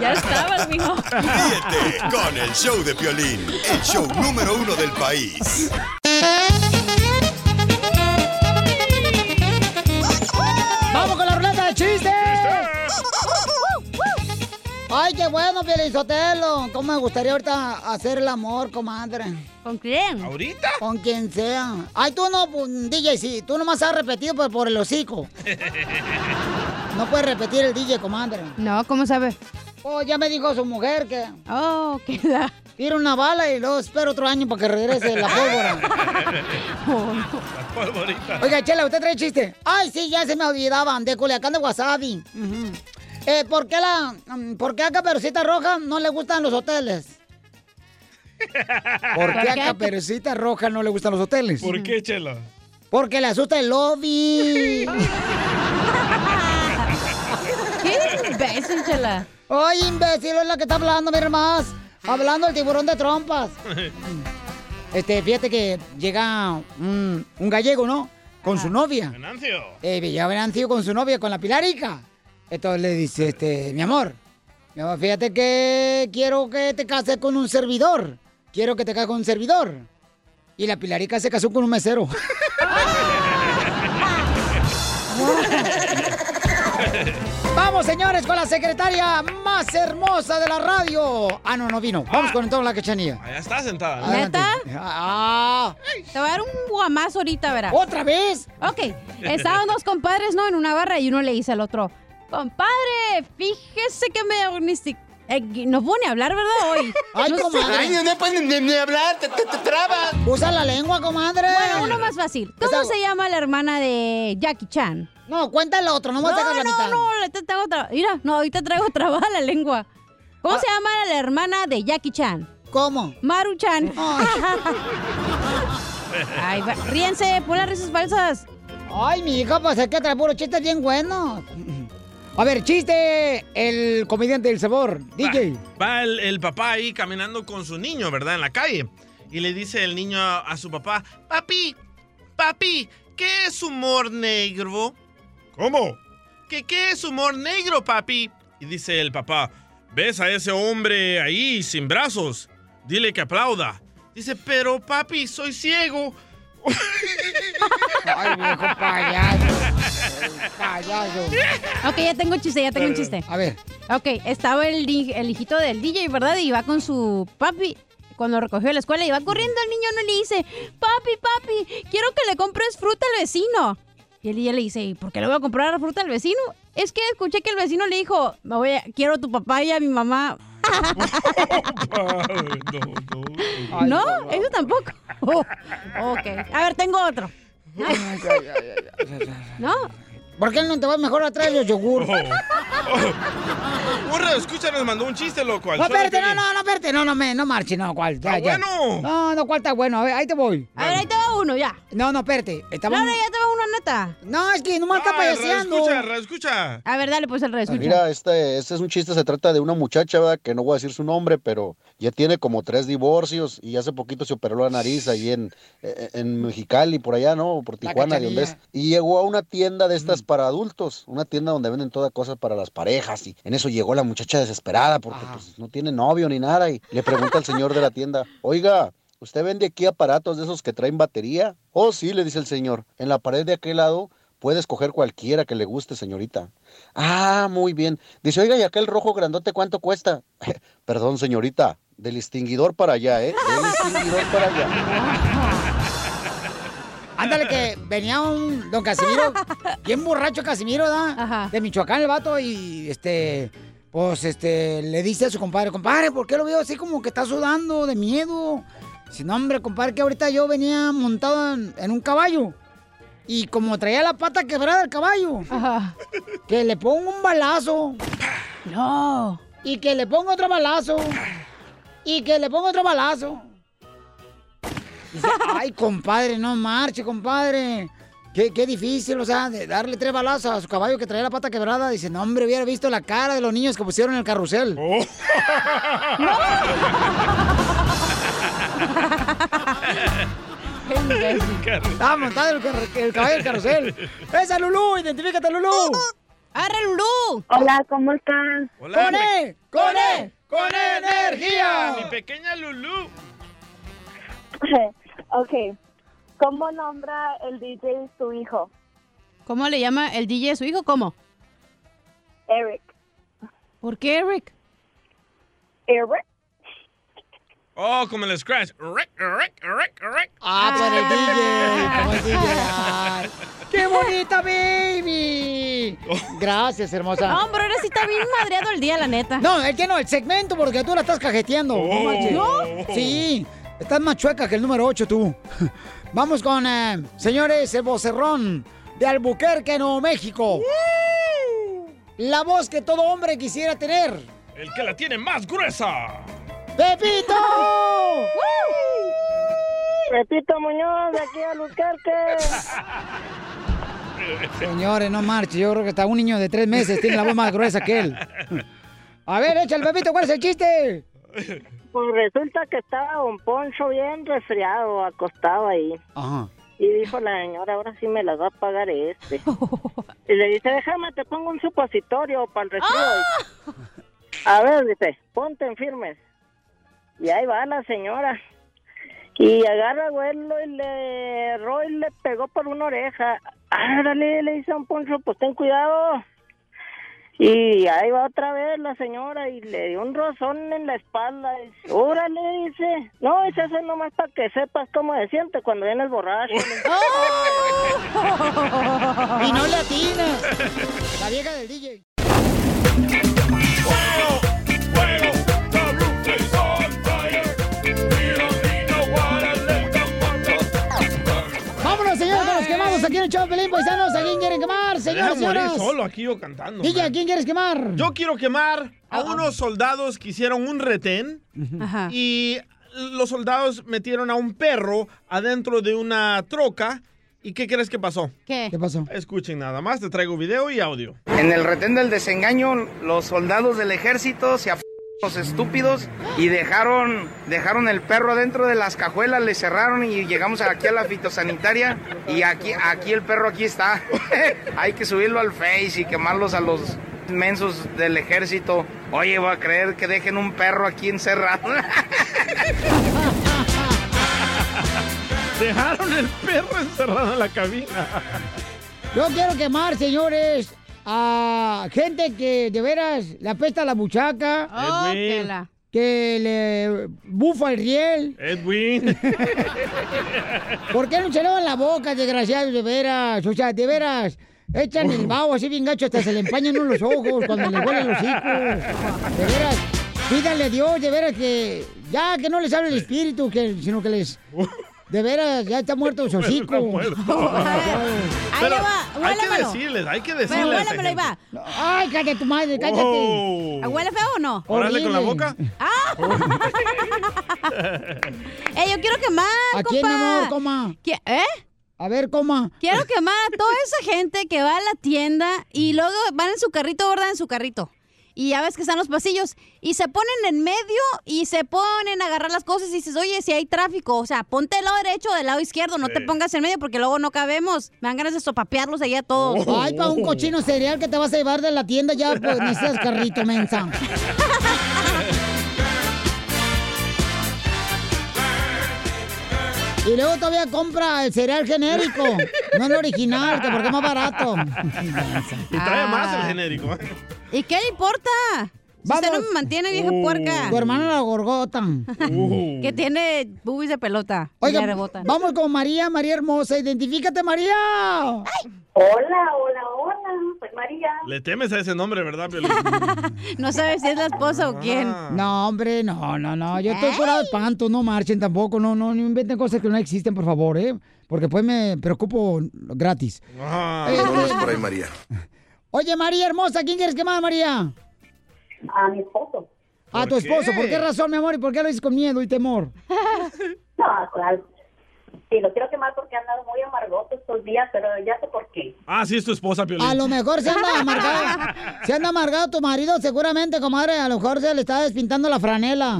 Ya estabas, mijo. Ríete con el show de Piolín, el show número uno del país. ¡Vamos con la ruleta de chistes! Ay, qué bueno, Felizotelo. ¿Cómo me gustaría ahorita hacer el amor, comadre? ¿Con quién? ¿Ahorita? Con quien sea. Ay, tú no, pues, DJ, sí. Tú nomás has repetido por, por el hocico. No puedes repetir el DJ, comadre. No, ¿cómo sabe? Oh, ya me dijo su mujer que... Oh, que la... Tira una bala y luego espero otro año para que regrese la pólvora. La polvorita. Oiga, Chela, ¿usted trae chiste? Ay, sí, ya se me olvidaban, de Culiacán de Wasabi. Eh, ¿por, qué la, mm, ¿Por qué a Caperucita Roja no le gustan los hoteles? ¿Por qué a Caperucita Roja no le gustan los hoteles? ¿Por qué, Chela? Porque le asusta el lobby. ¿Qué eres imbécil, Chela? Ay, imbécil, es la que está hablando, mira más. Hablando el tiburón de trompas. Este, fíjate que llega un, un gallego, ¿no? Con Ah. su novia. Venancio. Eh, ya habían sido con su novia, con la Pilarica. Entonces le dice, este, mi amor, mi amor, fíjate que quiero que te cases con un servidor. Quiero que te cases con un servidor. Y la Pilarica se casó con un mesero. Vamos, señores, con la secretaria más hermosa de la radio. Ah, no, no vino. Vamos con toda la cachanilla. Allá está sentada. Adelante. ¿Neta? Ah. Te voy a dar un guamazo ahorita, verás. ¿Otra vez? Ok. Estaban dos compadres, ¿no? En una barra y uno le dice al otro, compadre, fíjese que me agonisti- Eh, no pone a hablar, ¿verdad? Hoy. Ay, comadre. Ay, no pueden pues, ni, hablar, te, trabas. Usa la lengua, comadre. Bueno, uno más fácil. ¿Cómo se llama la hermana de Jackie Chan? No, cuéntale otro, no me no, sacas la no, mitad. No, no, te traigo tra- Mira, no, ahorita traigo trabada la lengua. ¿Cómo se llama la hermana de Jackie Chan? Ah. ¿Cómo? Ah. Maru Chan. Ay, va- ríense, pon las risas falsas. Ay, mi hija, pues es que trae puro chistes bien buenos. A ver, chiste, el comediante del sabor, DJ. Va el, el papá ahí caminando con su niño, ¿verdad? En la calle. Y le dice el niño a, a su papá, papi, papi, ¿qué es humor negro? ¿Cómo? ¿Qué, ¿Qué es humor negro, papi? Y dice el papá, ¿ves a ese hombre ahí sin brazos? Dile que aplauda. Dice, pero papi, soy ciego. Ay, viejo payaso. Payaso. Ok, ya tengo un chiste, ya tengo un chiste. A ver. Ok, estaba el, di- el hijito del DJ, ¿verdad? Y iba con su papi. Cuando lo recogió de la escuela, iba corriendo el niño, no le dice, papi, papi, quiero que le compres fruta al vecino. Y el DJ le dice, ¿y por qué le voy a comprar fruta al vecino? Es que escuché que el vecino le dijo, me voy a- quiero a tu papá y a mi mamá. no, eso tampoco. Oh, ok, a ver, tengo otro. ¿No? ¿Por qué no te vas mejor atrás de los yogur? Corre, escucha, nos mandó un chiste, loco. al No, show de espérate, no, Piolín. no, no, espérate, no, no, me, no marche, no, cuál, ya, Está ya. Ah, bueno. No, no, cuál está bueno, a ver, ahí te voy. A ver, ahí te va uno, ya. No, no, espérate, estamos... No, no, ya te va uno, neta. No, es que nomás está Ay, payaseando. reescucha, reescucha. A ver, dale, pues el resto. Mira, este, este es un chiste, se trata de una muchacha, ¿verdad? que no voy a decir su nombre, pero ya tiene como tres divorcios y hace poquito se operó la nariz ahí en, eh, en Mexicali, por allá, ¿no? Por Tijuana, de donde es. cachanilla. Y llegó a una tienda de estas para adultos, una tienda donde venden toda cosa para las parejas y en eso llegó la muchacha desesperada porque pues, no tiene novio ni nada y le pregunta al señor de la tienda, oiga, ¿usted vende aquí aparatos de esos que traen batería? Oh, sí, le dice el señor, en la pared de aquel lado puede escoger cualquiera que le guste, señorita. Ah, muy bien. Dice, oiga, ¿y aquel rojo grandote cuánto cuesta? Perdón, señorita, del extinguidor para allá, ¿eh? Del extinguidor para allá. Ándale que venía un don Casimiro, bien borracho Casimiro, ¿da? De Michoacán el vato y este pues este le dice a su compadre, "Compadre, ¿por qué lo veo así como que está sudando de miedo?" Dice, "No, hombre, compadre, que ahorita yo venía montado en, en un caballo." Y como traía la pata quebrada el caballo, que le pongo un balazo. No. Y que le pongo otro balazo. Y que le pongo otro balazo. Dice, ay, compadre, no marche, compadre. Qué, qué difícil, o sea, de darle tres balazos a su caballo que traía la pata quebrada. Dice, no, hombre, hubiera visto la cara de los niños que pusieron en el carrusel. Estaba montado el, car- el caballo del carrusel. ¡Esa Lulú! ¡Identifícate, Lulú! ¡Arre, Lulú! Hola, ¿cómo están? Hola, ¡Con mi- él! ¡Con E. él! ¡Con energía! Mi pequeña Lulú. ok. ¿Cómo nombra el DJ su hijo? ¿Cómo le llama el DJ a su hijo? ¿Cómo? Eric. ¿Por qué Eric? Eric. Oh, como el Scratch. Rick, Rick, Rick, Rick. Ah, por el DJ, como el DJ. Ay, ¡Qué bonita baby! Gracias, hermosa. No, pero ahora sí está bien madreado el día, la neta. No, el que no, el segmento, porque tú la estás cajeteando. Oh. No manches. ¿Yo? Sí, estás más chueca que el número 8 tú. Vamos con, eh, señores, el vocerrón de Albuquerque, Nuevo México. La voz que todo hombre quisiera tener. El que la tiene más gruesa. ¡Pepito! Pepito Muñoz, de aquí a Lucarque. Señores, no marche. Yo creo que hasta un niño de tres meses tiene la voz más gruesa que él. A ver, echa el Pepito, ¿cuál es el chiste? Pues resulta que estaba don Poncho bien resfriado, acostado ahí. Ajá. Y dijo la señora, ahora sí me las va a pagar este. Y le dice, déjame, te pongo un supositorio para el resfrío. A ver, dice, ponte en firme. Y ahí va la señora. Y agarra a Güelo y le... Roy le pegó por una oreja. Ándale, le dice a un poncho, pues ten cuidado. Y ahí va otra vez la señora y le dio un rozón en la espalda. Y dice, Órale, dice. No, es eso nomás para que sepas cómo se siente cuando vienes borracho. Y no le atinas. La vieja del DJ. Vámonos, señores, con los quemados aquí en el show de Pelín, paisanos. ¿A quién quieren quemar, señores, Déjame morir señoras? solo aquí yo cantando. DJ, man. ¿a quién quieres quemar? Ah, Yo quiero quemar a unos soldados que hicieron un retén Ajá. y los soldados metieron a un perro adentro de una troca. ¿Y qué crees que pasó? ¿Qué? ¿Qué pasó? Escuchen nada más, te traigo video y audio. En el retén del desengaño, los soldados del ejército se af... los estúpidos y dejaron, dejaron el perro dentro de las cajuelas, le cerraron y llegamos aquí a la fitosanitaria y aquí, aquí el perro aquí está. Hay que subirlo al Face y quemarlos a los mensos del ejército. Oye, voy a creer que dejen un perro aquí encerrado. Dejaron el perro encerrado en la cabina. Yo quiero quemar, señores, a gente que de veras le apesta la buchaca. Oh, Edwin. tela. Que le bufa el riel. Edwin. ¿Por qué no se lavan la boca, desgraciados, de veras? O sea, de veras. Echan el vaho así bien gacho, hasta se le empañan uno los ojos Pues, cuando le huelen los hijos. De veras, pídanle a Dios, de veras que ya que no les hable el espíritu, que, sino que les... De veras, ya está muerto su hocico. Ahí le va, hay que huélamelo. decirles, hay que Pero decirles. huélamelo, ahí va. Ay, cállate tu madre, cállate. Wow. ¿Huele feo o no? Órale Oh. con la boca. Eh, yo quiero quemar, ¿A compa. quién, mi amor, coma? ¿Eh? A ver, coma. Quiero quemar a toda esa gente que va a la tienda y luego van en su carrito, ¿verdad? En su carrito. Y ya ves que están los pasillos. Y se ponen en medio y se ponen a agarrar las cosas y dices, oye, si hay tráfico, o sea, ponte del lado derecho o del lado izquierdo, no te Sí. pongas en medio porque luego no cabemos. Me dan ganas de sopapearlos ahí a todos. Ay, para un cochino cereal que te vas a llevar de la tienda ya pues, necesitas carrito, mensa. Y luego todavía compra el cereal genérico, no el original, que porque es más barato. Y Ah. trae más el genérico. ¿eh? ¿Y qué le importa? Si usted no me mantiene, vieja puerca. Uh. Tu hermana la gorgota. Que tiene boobies de pelota. Oiga, Oiga, vamos con María, María hermosa, identifícate María. Hola, hola, hola, soy María. Le temes a ese nombre, ¿verdad, Piolín? No sabes si es la esposa o quién. ¿Eh? No, hombre, no, no, no. Yo estoy curado de espanto, no marchen tampoco, no, no, no inventen cosas que no existen, por favor, ¿eh? Porque pues me preocupo gratis. Ah, No es por ahí, María. Oye, María hermosa, ¿quién quieres quemar, María? A mi esposo. A ¿Por tu esposo, qué? ¿por qué razón, mi amor? ¿Y por qué lo dices con miedo y temor? No, claro. Sí, lo quiero quemar porque he andado muy amargoso estos días, pero ya sé por qué. Ah, sí, es tu esposa, Piolín. A lo mejor se anda amargado. Se anda amargado tu marido, seguramente, comadre. A lo mejor se le está despintando la franela.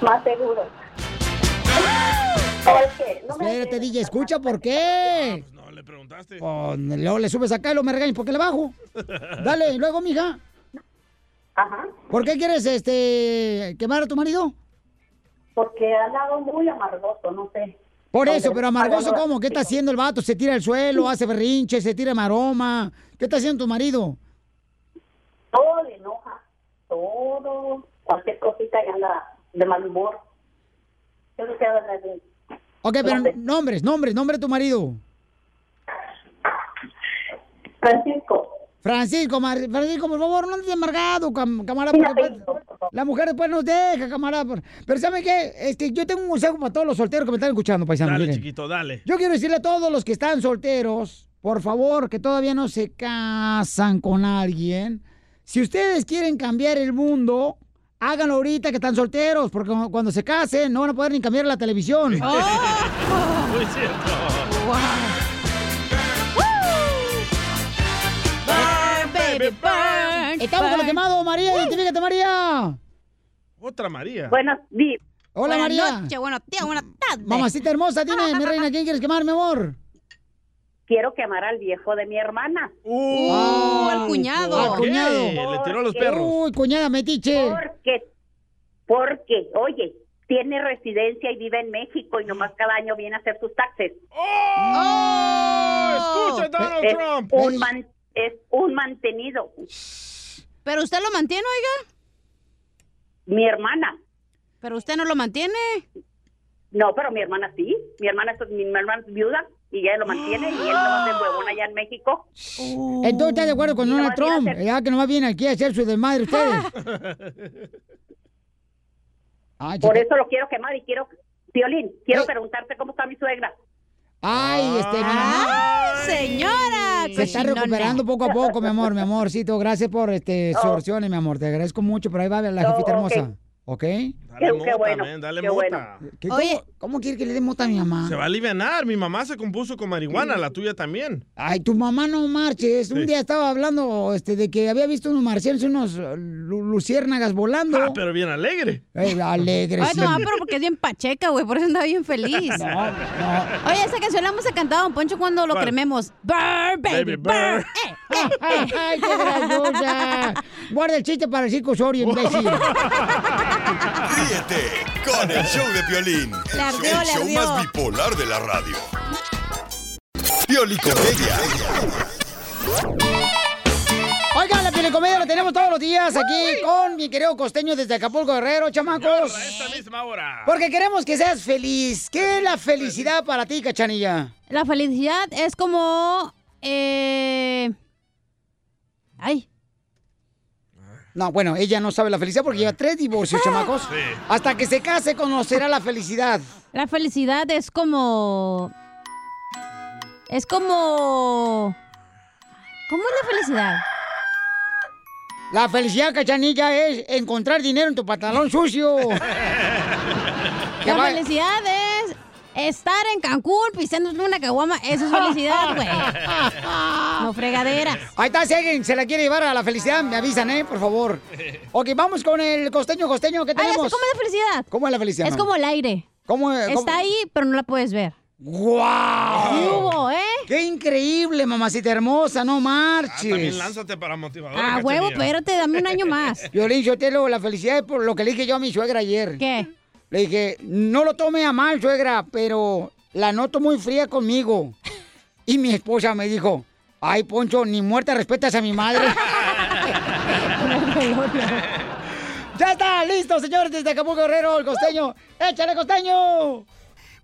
Más seguro. ¡Ah! Espérate, DJ, escucha por qué. Pues no, le preguntaste. luego le subes acá y lo me regañas, ¿por qué le bajo? Dale, y luego, mija. Ajá. ¿Por qué quieres este quemar a tu marido? Porque he andado muy amargoso, no sé. Por No, eso, de- pero amargoso, algo- ¿cómo? ¿Qué está haciendo el vato? Se tira al suelo, hace berrinche, se tira maroma. ¿Qué está haciendo tu marido? Todo le enoja, todo, cualquier cosita y anda de mal humor. Yo no quiero hablar de Ok, pero nombres, nombres, nombre de tu marido. Francisco. Francisco, Mar- Francisco, por favor, no andes amargado, cam- camarada. porque después- la mujer después nos deja, camarada. por- Pero ¿saben qué? Este, yo tengo un consejo para todos los solteros que me están escuchando, paisanos. Dale, miren. chiquito, dale. Yo quiero decirle a todos los que están solteros, por favor, que todavía no se casan con alguien. Si ustedes quieren cambiar el mundo, háganlo ahorita que están solteros, porque cu- cuando se casen no van a poder ni cambiar la televisión. Ah. Oh. Muy cierto. Estamos con lo quemado, Uh. María, identifícate, María. Otra María. días. Hola, Buenas María. noches, buenos días, buenas tardes. Mamacita hermosa, dime, mi reina, ¿quién quieres quemar, mi amor? Quiero quemar al viejo de mi hermana. ¡Uh! al cuñado. al cuñado. Le tiró a los Porque- perros. Uy, cuñada metiche. Porque, porque, oye, tiene residencia y vive en México y nomás cada año viene a hacer sus taxes. ¡Oh! ¡Escucha, Donald Trump! Eh, Un, man- es un mantenido. ¿Pero usted lo mantiene, oiga? Mi hermana. ¿Pero usted no lo mantiene? No, pero mi hermana sí. Mi hermana, es- mi hermana es viuda y ella lo mantiene y él no de huevón allá en México. Entonces, ¿estás de acuerdo con Y Donald nomás viene a Trump? hacer- Ya que nomás viene aquí a hacer su desmadre ustedes. Ah. Ay, Por Ah, chica- eso lo quiero quemar y quiero, Violín, quiero preguntarte cómo está mi suegra. Eh. Ay, este, mi amor. señora! Se está cochinona. recuperando poco a poco, mi amor, mi amorcito. Gracias por este, Oh. su oración, mi amor. Te agradezco mucho, pero ahí va la Oh, jefita ok. hermosa. ¿Ok? Dale Qué- qué mota, bueno, man, dale qué mota. bueno. ¿Qué- cómo- ¿cómo, quiere que le dé mota a mi mamá? Se va a aliviar. Mi mamá se compuso con marihuana, la tuya también. Ay, tu mamá no marches. Un Sí. día estaba hablando este, de que había visto unos marcianos, unos eh, lu- luciérnagas volando. Ah, pero bien alegre. Ay, alegre, Ay, sí. no, ah, pero porque es bien pacheca, güey. Por eso anda bien feliz. Oye, esa canción la hemos cantado a Don Poncho cuando lo ¿Cuál? crememos. Burr, baby, Baby, burr. burr. eh, eh. ¡Ay, qué graciosa! Guarda el chiste para el circo Osorio, imbécil. Ríete con el show de Piolín. El La show, ardió, el la show ardió. más bipolar de la radio. Piolicomedia. Oigan, la telecomedia la tenemos todos los días aquí con mi querido costeño desde Acapulco Guerrero, chamacos. Porque queremos que seas feliz. ¿Qué es la felicidad para ti, cachanilla? La felicidad es como. eh, Ay. No, bueno, ella no sabe la felicidad porque lleva tres divorcios, chamacos. Hasta que se case conocerá la felicidad. La felicidad es como. Es como. ¿Cómo es la felicidad? La felicidad, cachanilla, es encontrar dinero en tu pantalón sucio. La va- felicidad es estar en Cancún pisándote una caguama. Eso es felicidad, güey. No fregaderas. Ahí está, si alguien se la quiere llevar a la felicidad, me avisan, ¿eh? Por favor. Ok, vamos con el costeño, costeño, ¿qué Ah, ya sé tenemos? cómo es la felicidad. ¿Cómo es la felicidad? Es como el aire. ¿Cómo, eh, cómo- Está ahí, pero no la puedes ver. ¡Guau! ¿Qué hubo, eh? ¡Qué increíble, mamacita hermosa! ¡No marches! Ah, También lánzate para motivador. Ah, huevo, espérate, dame un año más. Violín, yo te lo, la felicidad es por lo que le dije yo a mi suegra ayer. ¿Qué? Le dije, no lo tome a mal, suegra, pero la noto muy fría conmigo. Y mi esposa me dijo, ay, Poncho, ni muerta respetas a mi madre. ya está, listo, señores, desde Acapulco Guerrero, el costeño. ¡Échale, costeño!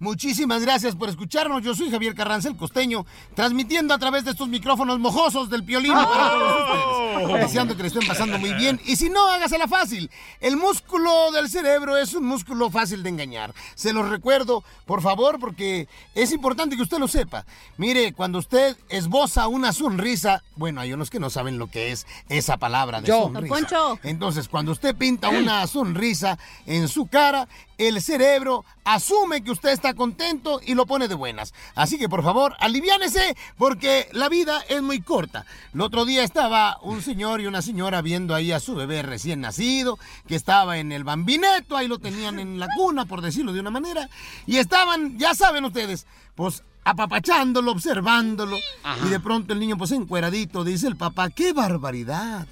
Muchísimas gracias por escucharnos. Yo soy Javier Carranza, el costeño, transmitiendo a través de estos micrófonos mojosos del piolín. para todos ustedes. Deseando que le estén pasando muy bien. Y si no, hágasela fácil. El músculo del cerebro es un músculo fácil de engañar. Se los recuerdo, por favor, porque es importante que usted lo sepa. Mire, cuando usted esboza una sonrisa, bueno, hay unos que no saben lo que es esa palabra de Yo. sonrisa. Don Poncho. Entonces, cuando usted pinta una sonrisa en su cara, el cerebro asume que usted está contento y lo pone de buenas. Así que, por favor, aliviánese porque la vida es muy corta. El otro día estaba un señor y una señora viendo ahí a su bebé recién nacido, que estaba en el bambineto, ahí lo tenían en la cuna, por decirlo de una manera, y estaban, ya saben ustedes, pues apapachándolo, observándolo, y de pronto el niño, pues encueradito, dice el papá, ¡qué barbaridad!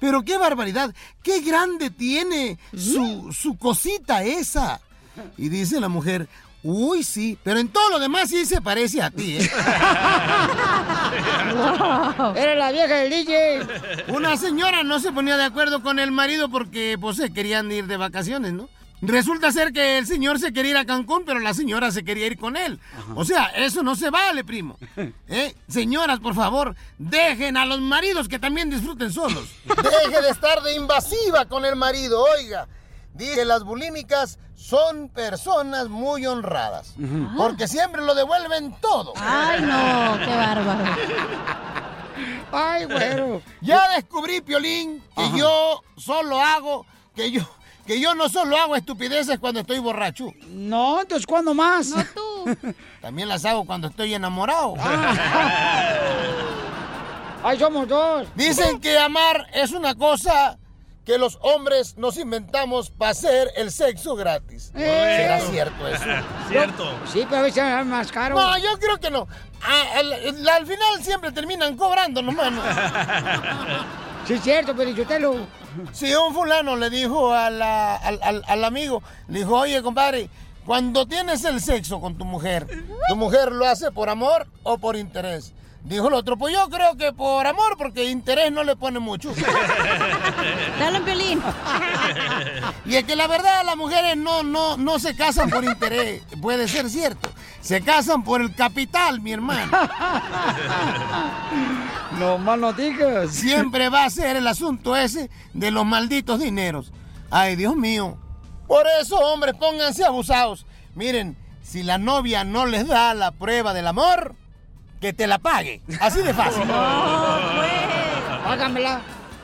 Pero qué barbaridad, qué grande tiene su, su cosita esa. Y dice la mujer, uy, sí, pero en todo lo demás sí se parece a ti, ¿eh? Era la vieja del DJ. Una señora no se ponía de acuerdo con el marido porque, pues, se querían ir de vacaciones, ¿no? Resulta ser que el señor se quería ir a Cancún, pero la señora se quería ir con él. O sea, eso no se vale, primo. ¿Eh? Señoras, por favor, dejen a los maridos que también disfruten solos. Deje de estar de invasiva con el marido, oiga. Dice, las bulímicas son personas muy honradas. Porque siempre lo devuelven todo. Ay, no, qué bárbaro. Ay, güero. Ya descubrí, Piolín, que yo solo hago, que yo, que yo no solo hago estupideces cuando estoy borracho. No, entonces ¿cuándo más? No tú. También las hago cuando estoy enamorado. Ay, Ah. somos dos. Dicen que amar es una cosa que los hombres nos inventamos para hacer el sexo gratis. Eh. ¿Será cierto eso? Cierto. Sí, pero a veces es más caro. No, yo creo que no. A- al, al- al final siempre terminan cobrando, no mano. Sí, es cierto, pero yo te lo... Si un fulano le dijo a la- al, al- al amigo, le dijo, oye, compadre, cuando tienes el sexo con tu mujer, ¿tu mujer lo hace por amor o por interés? Dijo el otro, pues yo creo que por amor, porque interés no le pone mucho. Dale un pelín. Y es que la verdad las mujeres no, no, no se casan por interés, puede ser cierto. Se casan por el capital, mi hermano. No mal no digas. Siempre va a ser el asunto ese de los malditos dineros. Ay, Dios mío. Por eso, hombres, pónganse abusados. Miren, si la novia no les da la prueba del amor, que te la pague. Así de fácil. Págamela.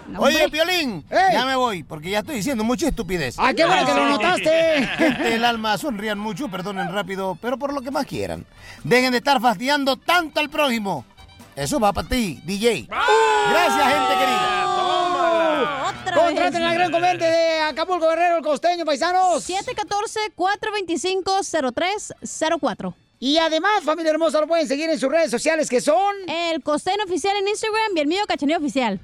No, Oye, hombre. Piolín, Ey. ya me voy, porque ya estoy diciendo mucha estupidez. Ah, qué bueno que lo notaste. Gente del alma, sonrían mucho, perdonen rápido, pero por lo que más quieran. Dejen de estar fastidiando tanto al prójimo. Eso va para ti, DJ. Gracias, gente querida. Contraten a la gran comente de Acapulco Guerrero, el costeño, paisanos. 714-425-0304. Y además, familia hermosa, lo pueden seguir en sus redes sociales que son... El costeño oficial en Instagram y el mío cachaneo oficial.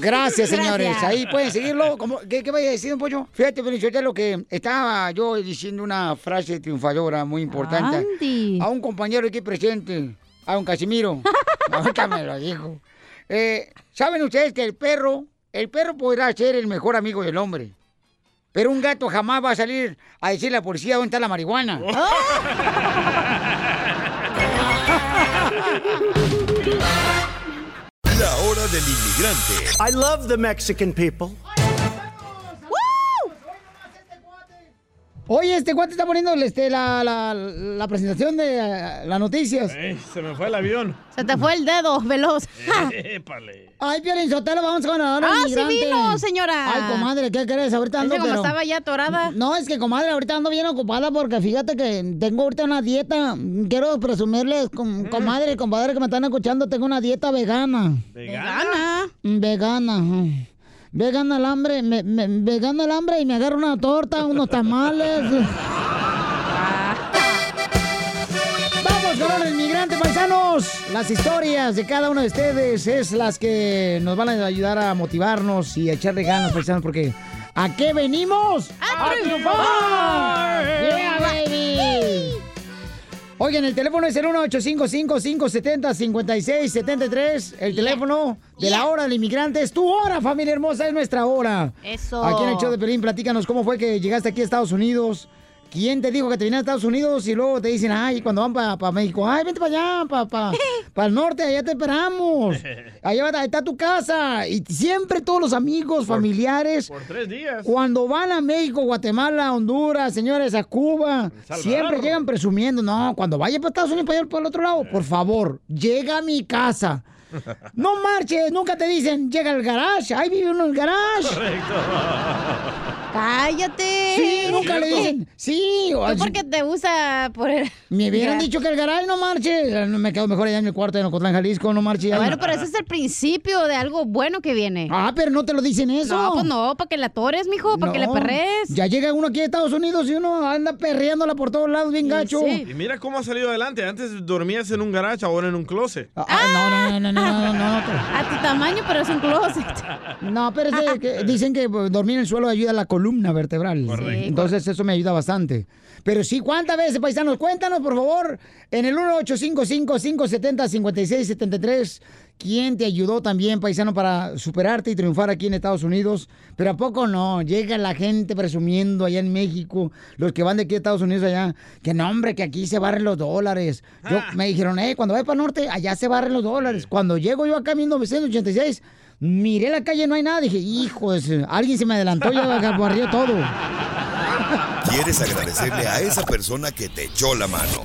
Gracias, señores. Gracias. Ahí pueden seguirlo. como- ¿Qué, qué vaya a decir, don Pollo? Fíjate, Felicitelo, lo que estaba yo diciendo una frase triunfadora muy importante a un compañero aquí presente, a un Casimiro. Ahorita me lo dijo. Eh, ¿Saben ustedes que el perro, el perro podrá ser el mejor amigo del hombre? Pero un gato jamás va a salir a decirle a la policía dónde está la marihuana. Oh. La hora del inmigrante. I love the Mexican people. Oye, este cuate está poniendo este, la, la- la presentación de eh, las noticias. Se me fue el avión. Se te fue el dedo, veloz. Eh, Épale. Ay, Piolín Sotelo, vamos con la hora Ah, sí inmigrante. vino, señora. Ay, comadre, ¿qué crees? Ahorita ando, Ese como pero- estaba ya atorada. No, es que, comadre, ahorita ando bien ocupada porque fíjate que tengo ahorita una dieta. Quiero presumirles, com- Mm. comadre y compadre que me están escuchando, tengo una dieta vegana. ¿Vegana? Vegana. ajá. Vegana el hambre, me, me- vegana el hambre y me agarro una torta, unos tamales. Vamos con el inmigrante, paisanos. Las historias de cada uno de ustedes es las que nos van a ayudar a motivarnos y a echarle ganas, paisanos, porque ¿a qué venimos? ¡A triunfar! ¡Yeah, triunfar! baby! Oigan, el teléfono es el 1-855-570-5673. El teléfono de la hora del inmigrante es tu hora, familia hermosa, es nuestra hora. Eso. Aquí en el show de Pelín, platícanos cómo fue que llegaste aquí a Estados Unidos. ¿Quién te dijo que te viniste a Estados Unidos? Y luego te dicen, ay, cuando van para México, ay, vente para allá, para el norte, allá te esperamos. Allá va- ahí está tu casa. Y siempre todos los amigos, familiares. Por tres días. Cuando van a México, Guatemala, Honduras, señores, a Cuba, Salvador. siempre llegan presumiendo. No, cuando vaya para Estados Unidos, para allá, para el otro lado, por favor, llega a mi casa. No marches, nunca te dicen, llega al garage, ahí vive uno en el garage. Cállate. Sí, nunca le dicen. Sí, o- ¿Tú porque te usa por el... Me hubieran Ya. dicho que el garage no marche. No, Me quedo mejor allá en mi cuarto en Ocotlán, Jalisco, no marche. ahí. Bueno, pero ese es el principio de algo bueno que viene. Ah, pero no te lo dicen eso. No, pues no, para que la atores, mijo, para que le No. perres. Ya llega uno aquí a Estados Unidos y uno anda perreándola por todos lados, bien gacho. Y mira cómo ha salido adelante. Antes dormías en un garage, ahora en un closet. Ah, no, no, no, no, no, no, no. A tu Ah, tamaño, pero es un closet. No, pero es de que dicen que pues, dormir en el suelo ayuda a la columna vertebral. Correcto. Entonces eso me ayuda bastante. Pero sí, ¿cuántas veces, paisanos? Cuéntanos, por favor, en el 1855-570-5673, ¿quién te ayudó también, paisano, para superarte y triunfar aquí en Estados Unidos? Pero ¿a poco no? Llega la gente presumiendo allá en México, los que van de aquí a Estados Unidos allá, que no, hombre, que aquí se barren los dólares. Yo, me dijeron, eh, cuando vayas para el norte, allá se barren los dólares. Cuando llego yo acá en 1986... Miré la calle, no hay nada. Dije, hijos, alguien se me adelantó, ya barrió todo. ¿Quieres agradecerle a esa persona que te echó la mano?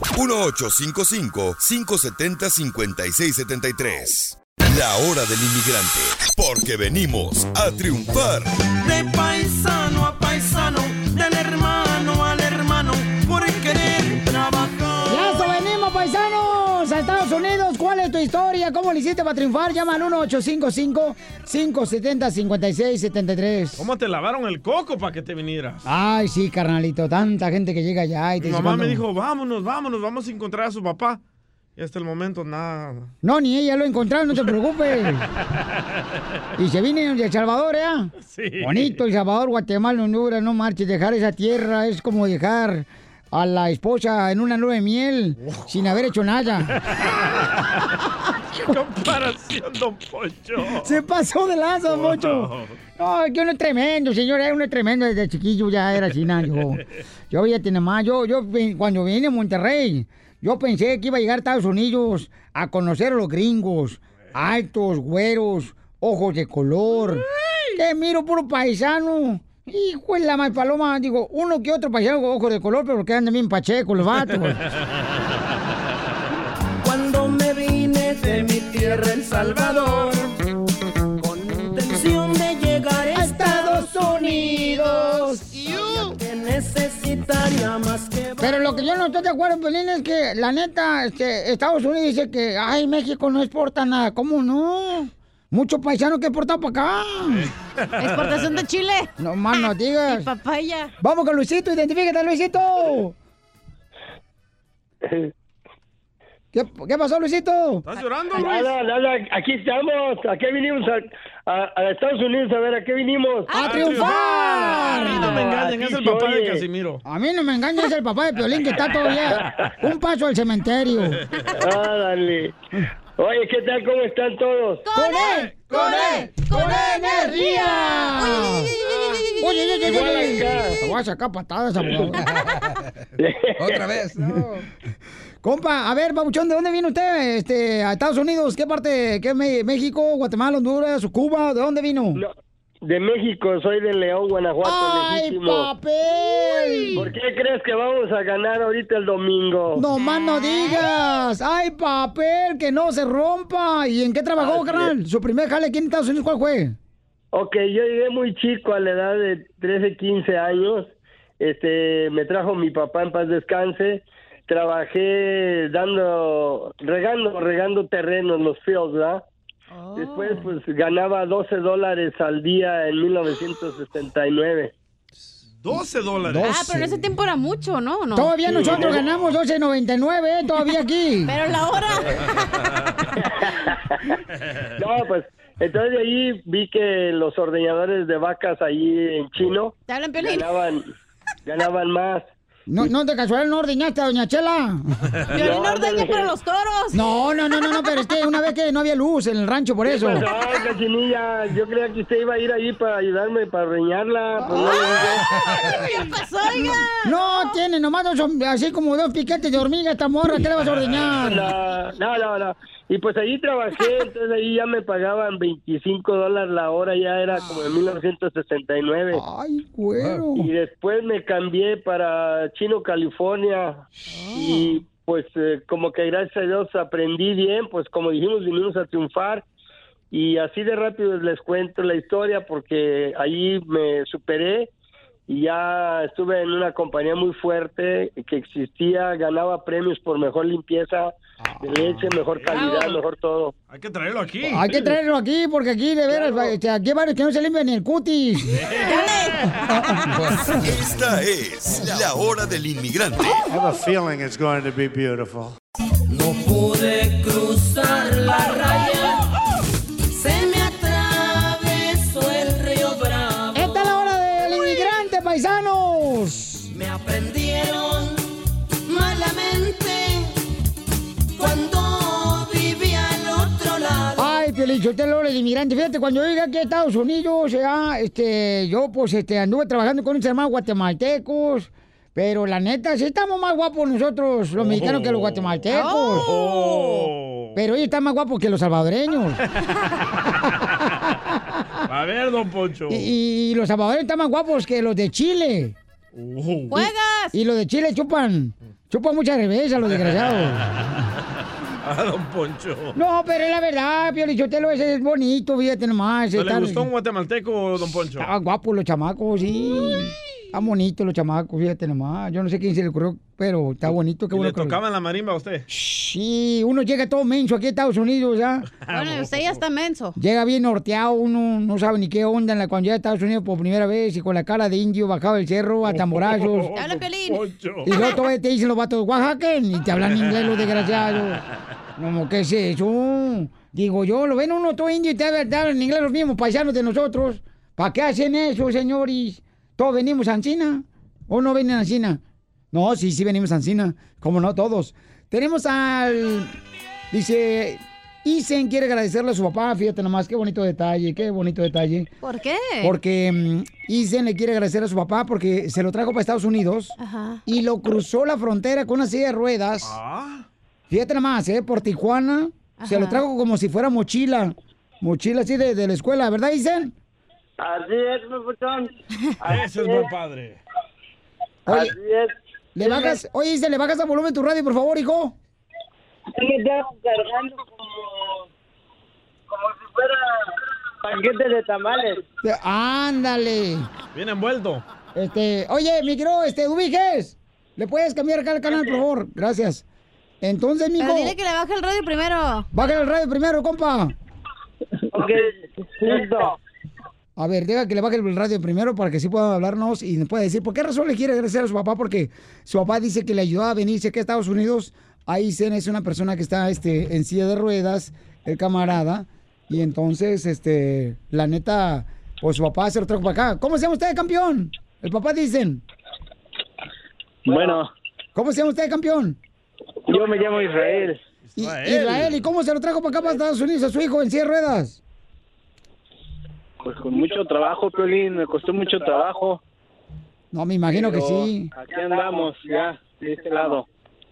1855-570-5673. La hora del inmigrante. Porque venimos a triunfar. De paisano a paisano, del hermano al hermano, por querer trabajar. ¡Ya eso venimos, paisanos! ¡A Estados Unidos! ¿Cuál es tu historia? ¿Cómo le hiciste para triunfar? Llama al 1-855-570-5673. ¿Cómo te lavaron el coco para que te vinieras? Ay, sí, carnalito. Tanta gente que llega allá y te Mi dice mamá me Ah, cuando- dijo, vámonos, vámonos, vamos a encontrar a su papá. Y hasta el momento, nada. No, ni ella lo encontraron, no te preocupes. y se vienen de El Salvador, ¿eh? Sí. Bonito, El Salvador, Guatemala, Honduras, no marches. Dejar esa tierra es como dejar a la esposa en una nube de miel sin haber hecho nada. Comparación, don Poncho. Se pasó de lanza, Wow. Mocho. No, yo no es tremendo, señor, era uno tremendo desde chiquillo, ya era china, yo. Yo ya tiene más, yo, yo vi- cuando vine a Monterrey, yo pensé que iba a llegar a Estados Unidos a conocer a los gringos, altos, güeros, ojos de color. Te miro puro paisano. Hijo de la mal paloma, digo, uno que otro paisano con ojos de color, pero que andan bien pacheco los vatos. Cuando me vine de mi tierra, El Salvador, con intención de llegar a Estados Unidos, sabía que necesitaría más que Pero lo que yo no estoy de acuerdo, Pelín, es que la neta, este, Estados Unidos dice que, ay, México no exporta nada. ¿Cómo no? Mucho paisano que exporta para acá. Eh. Exportación de Chile. Ah, No más no digas. Y papaya. Vamos con Luisito, identifícate, Luisito. ¿Qué, qué pasó, Luisito? Ah, Nada, nada, aquí estamos. ¿A qué vinimos? A, a- a Estados Unidos, a ver, ¿a qué vinimos? ¡A triunfar! A No me engañen, es el papá de Casimiro. A mí no me engañes el papá de Piolín que está todavía un paso al cementerio. Ah, dale. Oye, ¿qué tal? ¿Cómo están todos? ¡Con él! ¡Con él! ¡Con energía! Oye, oye, oye, Igual oye, acá. Te voy a sacar patadas, abogado. Otra vez. Compa, a ver, Pabuchón, ¿de dónde viene usted? Este, a Estados Unidos, ¿qué parte? ¿Qué Me- México, Guatemala, Honduras, Cuba? ¿De dónde vino? De México, soy de León, Guanajuato, ¡Ay, legítimo. papel! ¿Por qué crees que vamos a ganar ahorita el domingo? No más ¿Eh? no digas. ¡Ay, papel! Que no se rompa. ¿Y en qué trabajó, Así carnal? Su primer jale aquí en Estados Unidos, ¿cuál fue? Ok, yo llegué muy chico a la edad de 13, 15 años. Este, me trajo mi papá en paz descanse. Trabajé dando, regando, regando terrenos, los fields, ¿verdad? Oh. Después, pues, ganaba 12 dólares al día en 1979. 12 dólares. Ah, pero en ese tiempo era mucho, ¿no? ¿No? Todavía Sí. nosotros ganamos 12.99, ¿eh? todavía aquí. Pero la hora. No, pues, entonces de ahí vi que los ordeñadores de vacas ahí en Chino Te hablan Piolín. ganaban, ganaban más. No, no, de casualidad no ordeñaste a Doña Chela. Piolín No, ordeña ándale. para los toros. No, no, no, no, no, pero es que una vez que no había luz en el rancho, por eso. Pues, ay, Cachanilla, yo creía que usted iba a ir ahí para ayudarme, para reñarla. pues, no, ¿Qué pasó, oiga? No, tiene nomás dos, así como dos piquetes de hormiga esta morra, ¿qué le vas a ordeñar? No, no, no, no. Y pues ahí trabajé, entonces ahí ya me pagaban 25 dólares la hora, ya era como en 1969. Ay, güero. Y después me cambié para Chino, California. Oh. Y pues eh, como que gracias a Dios aprendí bien, pues como dijimos, vinimos a triunfar. Y así de rápido les cuento la historia porque ahí me superé y ya estuve en una compañía muy fuerte que existía, ganaba premios por mejor limpieza de leche, mejor calidad, mejor todo. Hay que traerlo aquí. Ah. Hay que traerlo aquí porque aquí de veras, este, aquí hay varios que no se limpian ni el cutis. Esta es la hora del inmigrante. I have a feeling it's going to be beautiful. pude cruzar la raya. Se me atravesó el río Bravo. Esta es la hora del inmigrante, paisanos. Me aprendieron malamente cuando vivía al otro lado. Ay, Piolín, usted lo del inmigrante. Fíjate, cuando yo llegué aquí a Estados Unidos, ya, este, yo pues este, anduve trabajando con unos hermanos guatemaltecos. Pero la neta, sí estamos más guapos nosotros, los mexicanos, Oh. que los guatemaltecos. Pero ellos están más guapos que los salvadoreños. A ver, don Poncho. Y, y los salvadoreños están más guapos que los de Chile. Uh. ¡Juegas! Y, los de Chile chupan. Chupan mucha revés a los desgraciados. Ah, don Poncho. No, pero es la verdad, Piolichotelo, ese es bonito, fíjate nomás. ¿No le están- gustó un guatemalteco, don Poncho? Estaban guapos los chamacos, sí. Están bonitos los chamacos, fíjate nomás. Yo no sé quién se le ocurrió, pero está bonito, qué ¿Y bueno. ¿Le que lo- tocaban la marimba a usted? Sí, uno llega todo menso aquí a Estados Unidos ya. Bueno, usted ya está menso. Llega bien norteado, uno no sabe ni qué onda en la, cuando llega a Estados Unidos por primera vez y con la cara de indio bajado del cerro a tamborazos. Te hablan Piolín. Y luego todavía te dicen los vatos Oaxaca y te hablan inglés los desgraciados. Como, ¿qué es eso? Digo yo, lo ven uno todo indio y te hablan- te hablan en inglés los mismos paisanos de nosotros. ¿Para qué hacen eso, señores? ¿Todos venimos a China? ¿O no vienen a China? No, sí, sí venimos a China. Como no todos. Tenemos al... Dice... Isen quiere agradecerle a su papá, fíjate nomás, qué bonito detalle, qué bonito detalle. ¿Por qué? Porque mm, Isen le quiere agradecer a su papá porque se lo trajo para Estados Unidos Ajá. y lo cruzó la frontera con una silla de ruedas. Fíjate nomás, ¿eh? Por Tijuana. Se lo Ajá. trajo como si fuera mochila. Mochila así de, de la escuela, ¿verdad, Isen? Así es, papuchón. Eso es buen padre. Oye, Así es. ¿le bajas? Oye, Isen, ¿le bajas el volumen de tu radio, por favor, hijo? Sí, ya cargando como, como si fuera paquete de tamales. Te- Ándale. Bien envuelto. Este, oye, mi querido, este, Ubiges, ¿le puedes cambiar acá el canal, por favor? Gracias. Entonces, mijo. Pero dile que le baje el radio primero. Baja el radio primero, compa. Ok, listo. A ver, deja que le baje el radio primero para que sí pueda hablarnos y nos pueda decir por qué razón le quiere agradecer a su papá, porque su papá dice que le ayudó a venirse aquí a Estados Unidos. Ahí Zen es una persona que está este, en silla de ruedas, el camarada, y entonces, este, la neta, pues su papá se lo trajo para acá. ¿Cómo se llama usted, campeón? El papá dicen. Bueno, ¿Cómo se llama usted, campeón? yo me llamo Israel. Y- Israel, ¿y cómo se lo trajo para acá, para Estados Unidos, a su hijo en silla de ruedas? Pues con mucho trabajo, Piolín, me costó mucho trabajo. No, me imagino que pero sí. Aquí andamos, ya, de este lado.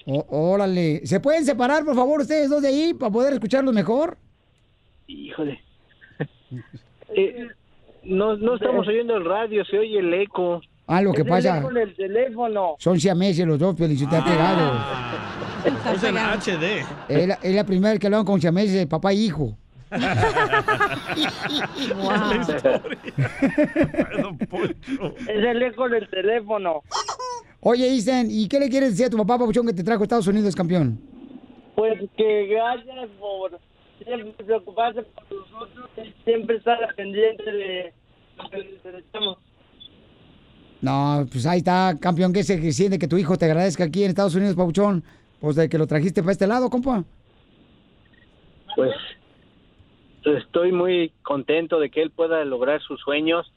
O- órale. ¿Se pueden separar, por favor, ustedes dos de ahí para poder escucharlos mejor? Híjole. Eh, no, no estamos oyendo el radio, se oye el eco. Eh. Ah, lo que Es el pasa- eco en el teléfono. Son siameses los dos, Piolín, si te ha pegado. Ah. Es en HD. Es la, es la primera vez que hablan con siameses de papá e hijo. Es el eco del teléfono. Oye, Isen, ¿y qué le quieres decir a tu papá, papuchón, que te trajo a Estados Unidos, campeón? Pues que gracias por siempre preocuparse por nosotros y siempre estar al pendiente de lo que necesitamos. No, pues ahí está, campeón, que se que siente que tu hijo te agradezca aquí en Estados Unidos, papuchón. Pues de que lo trajiste para este lado, compa. Pues estoy muy contento de que él pueda lograr sus sueños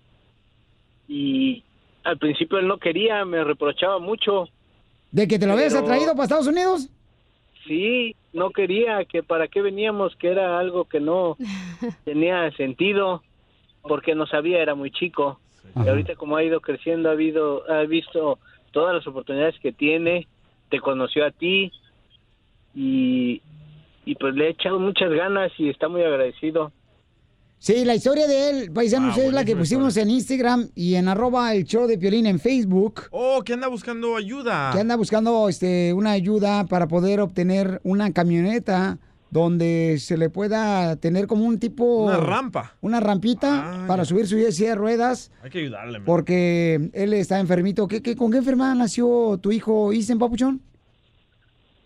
y al principio él no quería, me reprochaba mucho. ¿De que te lo habías Pero- atraído para Estados Unidos? Sí, no quería, que para qué veníamos, que era algo que no tenía sentido, porque no sabía, era muy chico. Y ahorita como ha ido creciendo, ha, habido, ha visto todas las oportunidades que tiene, te conoció a ti y, y pues le he echado muchas ganas y está muy agradecido. Sí, la historia de él, Ah, paisanos, es la que pusimos en Instagram y en arroba el show de Piolín en Facebook. Oh, que anda buscando ayuda. que anda buscando este, una ayuda para poder obtener una camioneta donde se le pueda tener como un tipo... Una rampa. Ah, Una rampita para subir su silla de ruedas Hay que ayudarle. man. porque él está enfermito. ¿Qué, qué, con qué enfermedad nació tu hijo Isen Papuchón?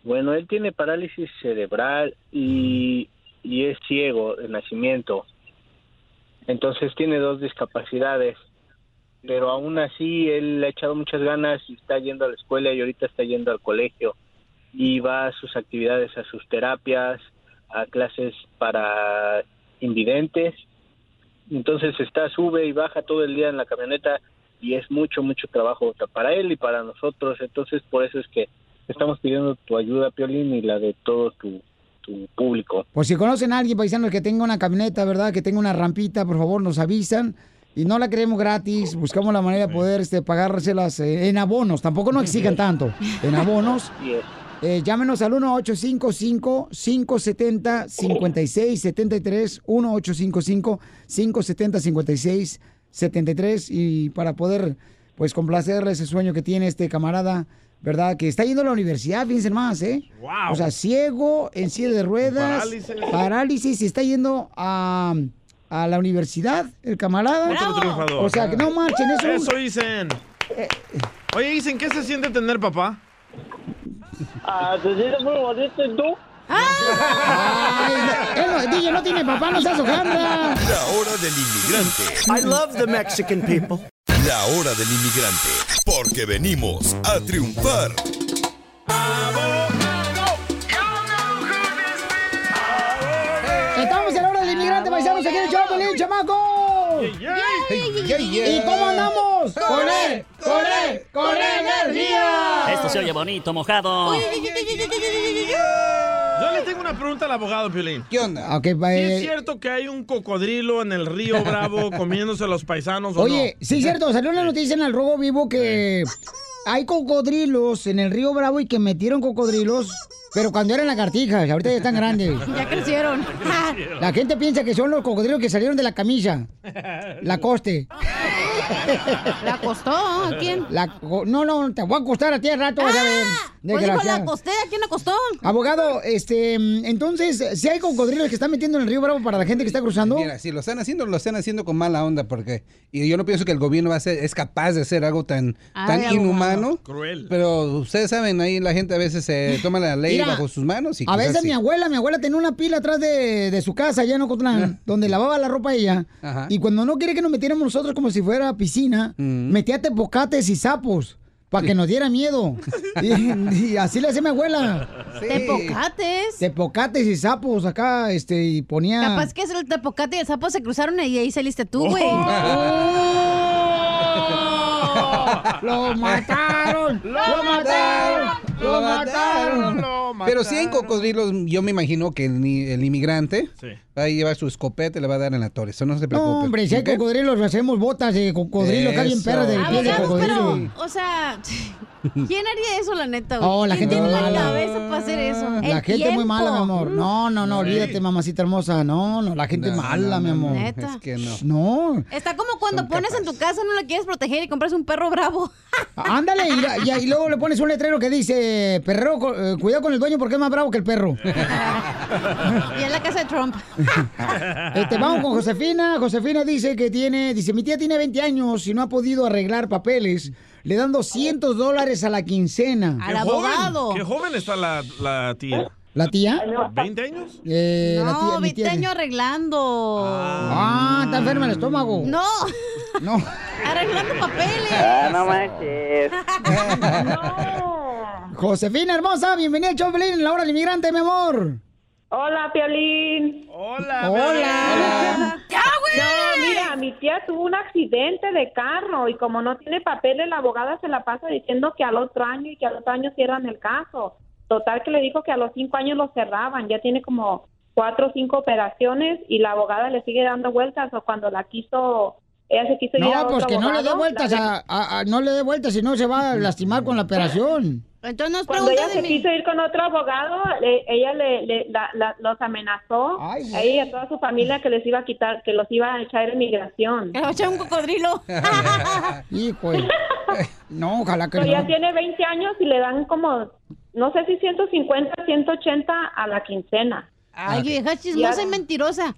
Bueno, él tiene parálisis cerebral y, y es ciego de nacimiento. Entonces tiene dos discapacidades. Pero aún así, él le ha echado muchas ganas y está yendo a la escuela y ahorita está yendo al colegio. Y va a sus actividades, a sus terapias, a clases para invidentes. Entonces está, sube y baja todo el día en la camioneta y es mucho, mucho trabajo para él y para nosotros. Entonces por eso es que estamos pidiendo tu ayuda, Piolín, y la de todo tu, tu público. Por Pues si conocen a alguien, paisanos, que tenga una camioneta, ¿verdad? Que tenga una rampita, por favor, nos avisan. Y no la queremos gratis, buscamos la manera de poder este, pagárselas eh, en abonos. Tampoco no exijan tanto. En abonos. Así es. Eh, llámenos al 1-855-570-5673, 1-855-570-5673, y para poder, pues, complacerle ese sueño que tiene este camarada, ¿verdad? Que está yendo a la universidad, fíjense más, ¿eh? Wow. O sea, ciego, en silla de ruedas, Parálisis. parálisis, y está yendo a, a la universidad, el camarada. Otro triunfador. O sea, que no marchen, Eh. eso... Eso dicen. Oye, dicen, ¿qué se siente tener papá? Ah, se siente muy bonito, ¿y tú? Ah. Ay, él no- DJ no tiene papá, no seas hojaldra. La hora del inmigrante. I love the Mexican people. La hora del inmigrante. Porque venimos a triunfar. Estamos en la hora del inmigrante, paisanos, aquí en el show de Piolín, chamacos. ¿Y cómo andamos? Con él, con él, con energía. Esto se oye bonito, mojado. Yo le tengo una pregunta al abogado, Piolín. ¿Qué onda? Ok, va, ¿Sí es eh, cierto que hay un cocodrilo en el río Bravo comiéndose a los paisanos o Oye, no? sí es cierto, salió una noticia en el Robo Vivo que hay cocodrilos en el río Bravo y que metieron cocodrilos, pero cuando eran lagartijas, ahorita ya están grandes. Ya crecieron. La gente piensa que son los cocodrilos que salieron de la camisa. La coste. ¿La acostó? ¿A quién? La co- no, no, te voy a acostar a ti al rato, vas a ver. Pues dijo, la desgraciada. acosté, ¿a quién acostó? Ah, Abogado, este, mm, entonces, si hay cocodrilos que están metiendo en el río Bravo para la gente que está cruzando. Mira, si lo están haciendo, lo están haciendo con mala onda, porque y yo no pienso que el gobierno va a ser, es capaz de hacer algo tan, Ay, tan abogado. inhumano. Cruel. Pero ustedes saben, ahí la gente a veces se toma la ley Mira, bajo sus manos y a cosas veces así. mi abuela, mi abuela tenía una pila atrás de, de su casa allá en Ocotlán, donde lavaba la ropa ella. Ajá. Y cuando no quería que nos metiéramos nosotros como si fuera piscina, Mm. metía tepocates y sapos para que nos diera miedo. y, y así le hacía mi abuela. Sí. Tepocates. Tepocates y sapos acá, este, y ponía. Capaz que es el tepocate y el sapo se cruzaron y ahí saliste tú, güey. Oh. Ah, ¡Lo mataron! ¡Lo mataron! ¡Lo mataron! Pero si hay cocodrilos, yo me imagino que el, ni- el inmigrante va a llevar su escopeta y le va a dar en la torre. Eso no se preocupe. No, hombre, si hay ¿Ok? cocodrilos, hacemos botas de cocodrilo, acá bien Eso. perras de pie de Abogado, cocodrilo. pero, o sea, ¿quién haría eso, la neta? güey? Oh, la ¿Quién gente tiene es la mala. cabeza para hacer eso? La El gente es muy mala, mi tiempo. amor. No, no, no, olvídate, mamacita hermosa. No, no, la gente es mala, mi amor. Neta. es que no. No. Está como cuando pones en tu casa, no la quieres proteger y compras un perro bravo. Ándale, y, y- y luego le pones un letrero que dice, perro, co- eh, cuidado con el dueño porque es más bravo que el perro. Y en la casa de Trump. Este, vamos con Josefina. Josefina dice que tiene, dice, mi tía tiene 20 años y no ha podido arreglar papeles. Le dan 200 dólares a la quincena. ¡Qué joven! ¡Qué joven está la, la tía! ¿La tía? ¿20 años? Eh, la tía, No, mi tía- Viteño arreglando. Ah, está enferma el estómago. No. No. Arreglando papeles. Ah, no manches. Josefina hermosa, bienvenida a Choplin, en la hora del inmigrante, mi amor. Hola, Piolín. Hola. Hola. No, mira, mi tía tuvo un accidente de carro y como no tiene papeles, la abogada se la pasa diciendo que al otro año y que al otro año cierran el caso. Total que le dijo que a los cinco años lo cerraban. Ya tiene como cuatro o cinco operaciones y la abogada le sigue dando vueltas o cuando la quiso, ella se quiso ir a No, otro pues que no le dé abogado, vueltas, la- a, a- a- no le dé vueltas, si no se va a lastimar con la operación. Entonces nos Cuando ella se quiso ir con otro abogado, le- ella le, le- la- la- los amenazó güey. a ella y a toda su familia que les iba a quitar, que los iba a echar en migración. Que los echar un cocodrilo. Hijo. de- No, ojalá que Pero ya no. tiene 20 años y le dan como, no sé si 150, 180 a la quincena. Ah, Ay, vieja chismosa y mentirosa.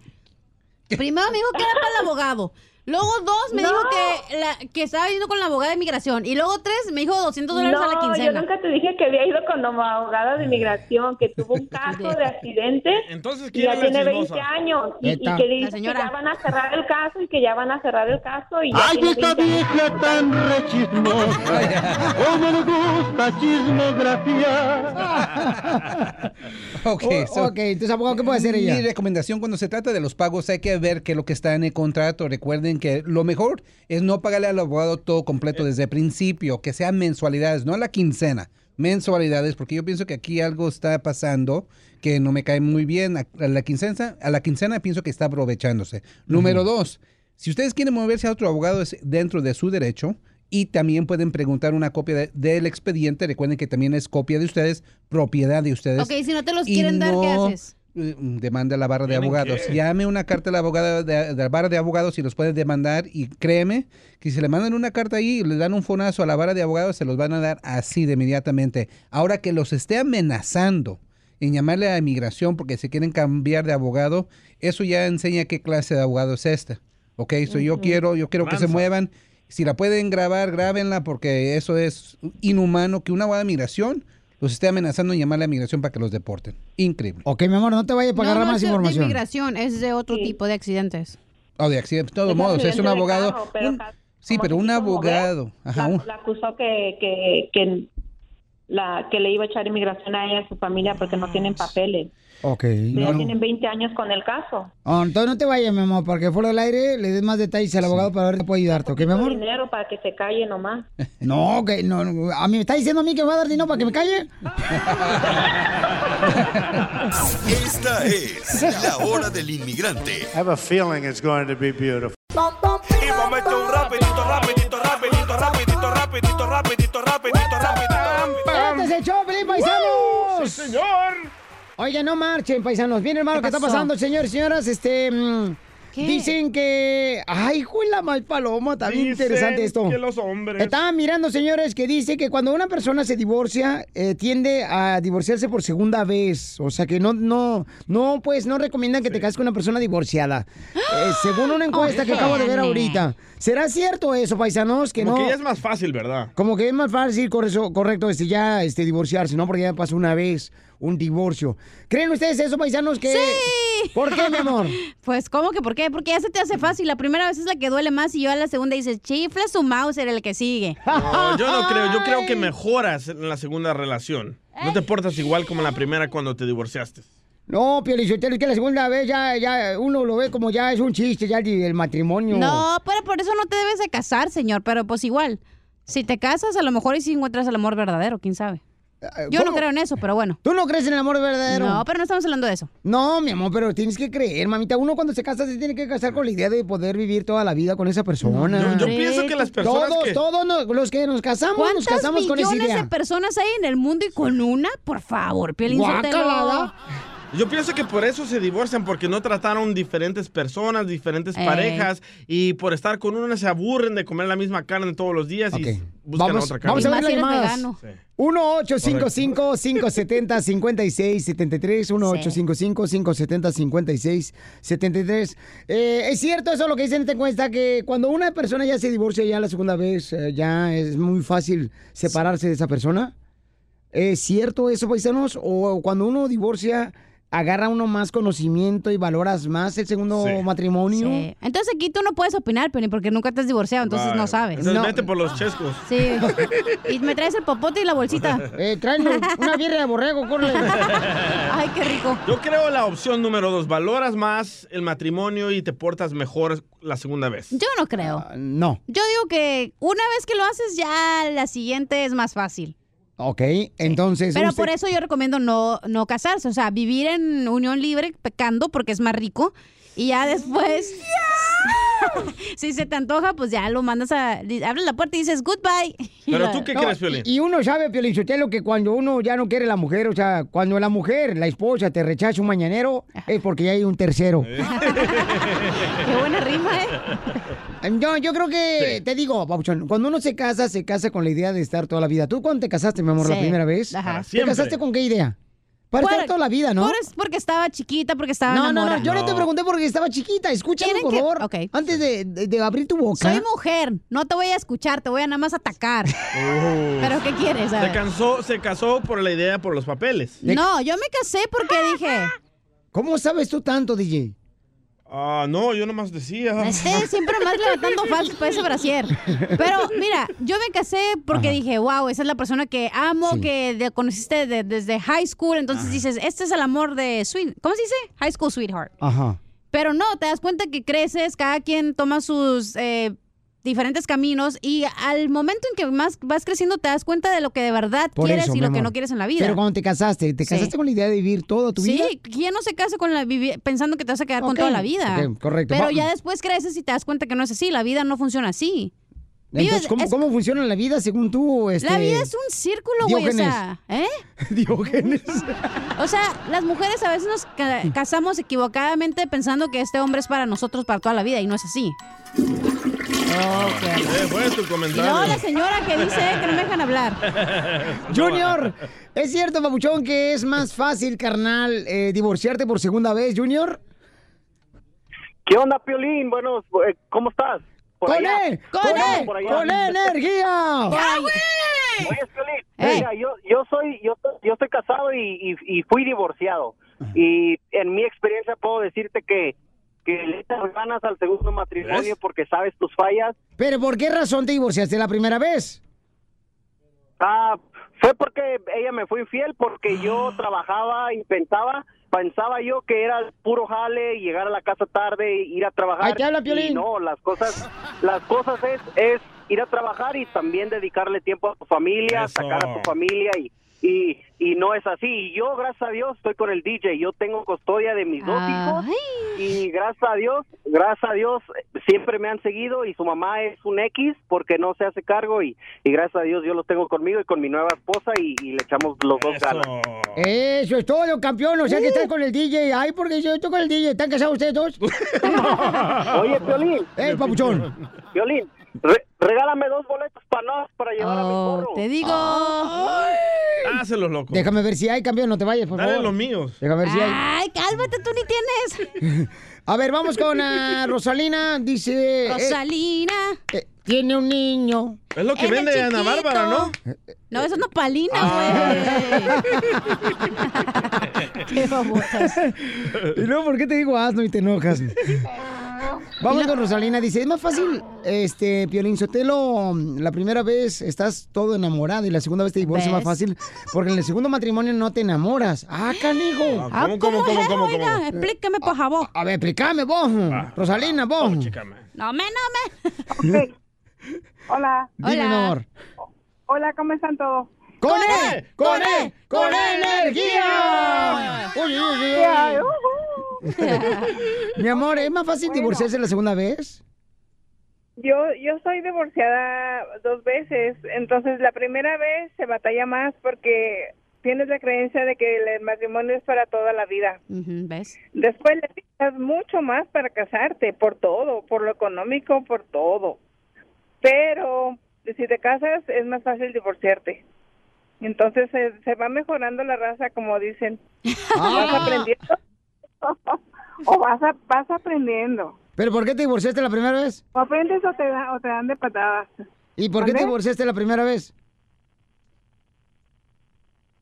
Primero me dijo que era para el abogado. Luego dos me No. dijo que, la- que estaba yendo con la abogada de migración. Y luego tres me dijo 200 dólares a la No, yo quincena. nunca te dije que había ido con una abogada de migración, que tuvo un caso de accidente. Entonces, y ¿quién ya es la tiene chismosa? 20 años. Y, y Neta. que La dice que señora. ya van a cerrar el caso y que ya van a cerrar el caso. Y ya Ay, tiene esta 20 años. vieja tan rechismosa, cómo le gusta chismografía. Ok, O- ok, entonces, abogado, ¿qué puede hacer ella? Mi recomendación cuando se trata de los pagos, hay que ver que lo que está en el contrato. Recuerden que lo mejor es no pagarle al abogado todo completo desde el principio, que sean mensualidades, no a la quincena, mensualidades, porque yo pienso que aquí algo está pasando que no me cae muy bien. A a la quincena, a la quincena pienso que está aprovechándose. Número dos, si ustedes quieren moverse a otro abogado es dentro de su derecho y también pueden preguntar una copia de- del expediente. Recuerden que también es copia de ustedes, propiedad de ustedes. Ok, si no te los Y quieren dar, ¿qué no- haces? eh, Demanda a la barra de ¿Tienen abogados. qué? Llame una carta a la, abogada de, de la barra de abogados y los pueden demandar. Y créeme que si le mandan una carta ahí y le dan un fonazo a la barra de abogados, se los van a dar así de inmediatamente. Ahora que los esté amenazando en llamarle a inmigración porque se quieren cambiar de abogado, eso ya enseña qué clase de abogado es esta. Ok, so yo quiero, yo quiero que se Mansa. muevan. Si la pueden grabar, grábenla porque eso es inhumano que una abogada de migración los esté amenazando en llamarle a migración para que los deporten. Increíble. Ok, mi amor, no te vaya a No, no es de- De migración, es de otro tipo de accidentes. O Oh, de accidente, de todos Es modos, es accidente un de abogado. carro, pero un- ca- sí, pero un abogado. Ajá, un- La acusó que, que, que, la, que le iba a echar inmigración a ella y a su familia porque no tienen papeles. Ok. Pero no, ya no. tienen 20 años con el caso. Oh, entonces no te vayas, mi amor, porque fuera del aire le des más detalles al abogado para ver si puede ayudarte, ¿ok, mi amor? Dinero para que se calle nomás. No, que no, no, a mí me está diciendo a mí que me va a dar dinero para que me calle. Esta es la hora del inmigrante. I have a feeling it's going to be beautiful. Y vamos a meter un rapidito, rapidito, rapidito, rapidito, rapidito, rapidito, rapidito, ¡Este es el show, Felipe Paisanos! ¡Sí, señor! Oiga, no marchen, paisanos. Miren, hermano, ¿Qué ¿qué, está pasó? pasando, señores y señoras? Este. mm, ¿Qué? Dicen que. ay, la mal paloma! Está bien Dicen interesante esto. que los hombres- Estaban mirando, señores, que dice que cuando una persona se divorcia, eh, tiende a divorciarse por segunda vez. O sea que no, no, no, pues no recomiendan que te cases con una persona divorciada. Eh, según Oh, una encuesta que acabo de ver Óyeme. ahorita. ¿Será cierto eso, paisanos? Que Como no. que ya es más fácil, ¿verdad? Como que es más fácil, correcto, correcto este, ya este, divorciarse, ¿no? Porque ya pasó una vez un divorcio. ¿Creen ustedes eso, paisanos? Que... ¡Sí! ¿Por qué, mi amor? Pues, ¿cómo que por qué? Porque ya se te hace fácil. La primera vez es la que duele más y yo a la segunda dices, chifla su mouse, era el que sigue. Ah. No, yo no creo, yo creo que mejoras en la segunda relación. No te portas igual como en la primera cuando te divorciaste. No, Piolichotero, es que la segunda vez ya, ya uno lo ve como ya es un chiste, ya el, el matrimonio. No, pero por eso no te debes de casar, señor. Pero pues igual, si te casas, a lo mejor y si encuentras el amor verdadero, quién sabe. Yo no Eh, ¿cómo? creo en eso, pero bueno. ¿Tú no crees en el amor verdadero? No, pero no estamos hablando de eso. No, mi amor, pero tienes que creer, mamita. Uno cuando se casa se tiene que casar con la idea de poder vivir toda la vida con esa persona. Yo- yo pienso que las personas Todos, que- todos nos- los que nos casamos, nos ¿Cuántas casamos con esa millones idea. de personas hay en el mundo y con una? Por favor, Piolín Sotelo. Guácala. Yo pienso que por eso se divorcian, porque no trataron diferentes personas, diferentes Eh. parejas, y por estar con una se aburren de comer la misma carne todos los días y buscan Vamos, otra carne. vamos a ver las llamadas. 1-855-570-5673. 1-855-570-5673. Eh, es cierto eso lo que dicen en esta encuesta, que cuando una persona ya se divorcia ya la segunda vez, eh, ya es muy fácil separarse de esa persona. ¿Es cierto eso, paisanos? ¿O cuando uno divorcia, agarra uno más conocimiento y valoras más el segundo Sí. matrimonio? Sí. Entonces aquí tú no puedes opinar, Piolín, porque nunca te has divorciado, entonces Vale. no sabes. Entonces No. vete por los chescos. Sí. Y me traes el popote y la bolsita. Eh, una birra de borrego, corre. Ay, qué rico. Yo creo la opción número dos. Valoras más el matrimonio y te portas mejor la segunda vez. Yo no creo. Ah, No. Yo digo que una vez que lo haces, ya la siguiente es más fácil. Ok, entonces... Pero usted- por eso yo recomiendo no, no casarse, o sea, vivir en unión libre pecando porque es más rico y ya después... si se te antoja, pues ya lo mandas a... di- Abres la puerta y dices goodbye. Pero tú qué No, crees, Piolín? Y uno sabe, Piolín Sotelo, que cuando uno ya no quiere la mujer, o sea, cuando la mujer, la esposa, te rechaza un mañanero, es porque ya hay un tercero. Qué buena rima, ¿eh? Yo, yo creo que, Sí. te digo, Pauchón, cuando uno se casa, se casa con la idea de estar toda la vida. ¿Tú cuándo te casaste, mi amor, la Sí. primera vez? Ajá. Para ¿Te siempre. casaste con qué idea? Para Por- estar toda la vida, ¿no? por- porque estaba chiquita, porque estaba No, no, no, enamorada. yo no te pregunté porque estaba chiquita. Escúchame, por favor, antes de, de- de abrir tu boca. Soy mujer, no te voy a escuchar, te voy a nada más atacar. ¿Pero qué quieres? A Se, ver. cansó, se casó por la idea, por los papeles. No, yo me casé porque dije, ¿Cómo sabes tú tanto, DJ? Ah, no, yo nomás decía. este siempre más levantando falsos para ese brasier. Pero mira, yo me casé porque dije, wow, esa es la persona que amo, que de- conociste de- desde high school. Entonces dices, este es el amor de sweet. ¿Cómo se dice? High school sweetheart. Ajá. Pero no, te das cuenta que creces, cada quien toma sus eh, diferentes caminos y al momento en que más vas creciendo te das cuenta de lo que de verdad Por quieres eso, y mi lo que amor. no quieres en la vida. Pero cuando te casaste, ¿te Sí. casaste con la idea de vivir toda tu vida? Sí, ¿quién no se casa con la vivi- pensando que te vas a quedar con Ok, toda la vida? ok, correcto. Pero Va- ya después creces y te das cuenta que no es así, la vida no funciona así. Entonces, Vives- ¿cómo, es- cómo funciona la vida según tú? Este... La vida es un círculo, güey, o sea, ¿eh? Diógenes. O sea, las mujeres a veces nos ca- Mm. casamos equivocadamente pensando que este hombre es para nosotros para toda la vida y no es así. Eh, fue tu Y comentario. luego la señora que dice que no me dejan hablar. Junior, ¿es cierto, papuchón, que es más fácil, carnal, eh, divorciarte por segunda vez, Junior? ¿Qué onda, Piolín? Bueno, eh, ¿cómo estás? ¡Con él! ¡Con ¿Cómo él! andas por allá? ¡Con E energía! Eh. Oye, Piolín, mira, yo, yo soy, yo, yo estoy casado y, y- y fui divorciado. Y en mi experiencia puedo decirte que, que le echas ganas al segundo matrimonio porque sabes tus fallas. ¿Pero por qué razón te divorciaste la primera vez? Ah, fue porque ella me fue infiel porque Ah. yo trabajaba y pensaba, pensaba yo que era puro jale, llegar a la casa tarde, ir a trabajar. Ahí te habla, Piolín. Y no, las cosas, las cosas es, es ir a trabajar y también dedicarle tiempo a tu familia, sacar a tu familia y Y, y no es así. Y yo, gracias a Dios, estoy con el DJ. Yo tengo custodia de mis dos hijos. Y gracias a Dios, gracias a Dios, siempre me han seguido. Y su mamá es un X porque no se hace cargo. Y, y gracias a Dios, yo los tengo conmigo y con mi nueva esposa. Y, y le echamos los dos ganas. Eso es todo, campeón. O sea que Uh. estás con el DJ. Ay, porque yo estoy con el DJ. ¿Están casados ustedes dos? Oye, Piolín. Eh, ¡Ey, papuchón! Violín, re- regálame dos boletos para para llevar a mi burro. Te digo. Hácelos, Ah, loco. Déjame ver si hay, campeón. No te vayas, por Dale favor. los míos. Déjame ver si Ah, hay. Ay, cálmate, tú ni tienes. A ver, vamos con ah, Rosalina. Dice. eh, Rosalina. eh, tiene un niño. Es lo que Era vende Ana chiquito. Bárbara, ¿no? No, eso es una Ah. palina, güey. Qué babotas. y luego, ¿por qué te digo asno y te enojas? Vamos con Rosalina, dice, es más fácil, este, Piolín Sotelo, la primera vez estás todo enamorado y la segunda vez te divorcias más ¿Ves? fácil, porque en el segundo matrimonio no te enamoras. ¡Ah, canijo! Ah, ¿cómo, ¿cómo, cómo, es, cómo, cómo? oiga? Explícame, por favor. A ver, explícame vos, Rosalina, vos. No me, no Hola. Dime, mi amor. Hola, ¿cómo están todos? ¡Con él! ¡Con E. él! ¡Con energía! ¡Uy, uy, uy, uy! Mi amor, ¿es más fácil divorciarse la segunda vez? Yo, yo soy divorciada dos veces, entonces la primera vez se batalla más porque tienes la creencia de que el matrimonio es para toda la vida. me. Ujú, ¿Ves? Después le piensas mucho más para casarte, por todo, por lo económico, por todo. Pero si te casas es más fácil divorciarte. Entonces se, se va mejorando la raza, como dicen. Vas aprendiendo. o vas, a- vas aprendiendo. ¿Pero por qué te divorciaste la primera vez? O aprendes o te, da- o te dan de patadas. ¿Y por qué te ¿Mande? divorciaste la primera vez?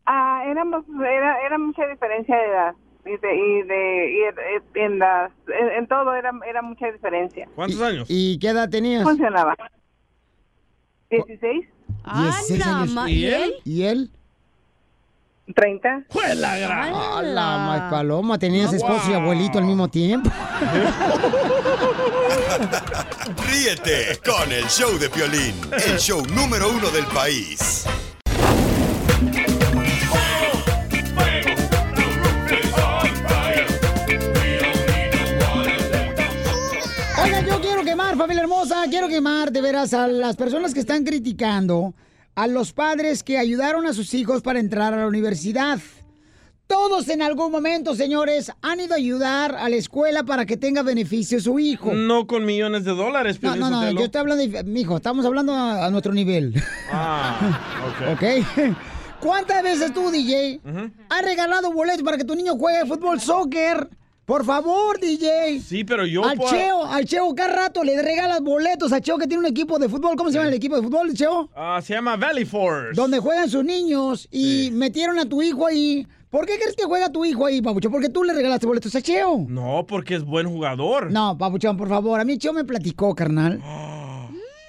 Ah, éramos, era, era mucha diferencia de edad. Y de, y de y en- en, las- en- en todo era, era mucha diferencia. ¿Cuántos años? ¿Y qué edad tenías? Funcionaba. 16, 16 Ala, años. ma- ¿Y él? ¿Y él? 30. ¡Juela, gran! ¡Hala, más paloma! Tenías esposo y abuelito al mismo tiempo. Ríete con el show de Piolín, el show número uno del país. Oiga, yo quiero quemar, familia hermosa, quiero quemar de veras a las personas que están criticando a los padres que ayudaron a sus hijos para entrar a la universidad. Todos en algún momento, señores, han ido a ayudar a la escuela para que tenga beneficio su hijo. No con millones de dólares, No, Piolín no, no, Sotelo. yo estoy hablando, de, mijo, estamos hablando a, a nuestro nivel, Ah, ok. ¿ok? ¿Cuántas veces tú, DJ, has regalado boletos para que tu niño juegue fútbol, soccer? Por favor, DJ. Sí, pero yo Al puedo- Cheo, al Cheo, cada rato le regalas boletos a Cheo que tiene un equipo de fútbol. ¿Cómo se llama el equipo de fútbol, Cheo? Ah, se llama Valley Force. Donde juegan sus niños y metieron a tu hijo ahí. ¿Por qué crees que juega tu hijo ahí, Papuchón? Porque tú le regalaste boletos a Cheo. No, porque es buen jugador. No, Papuchón, por favor. A mí Cheo me platicó, carnal.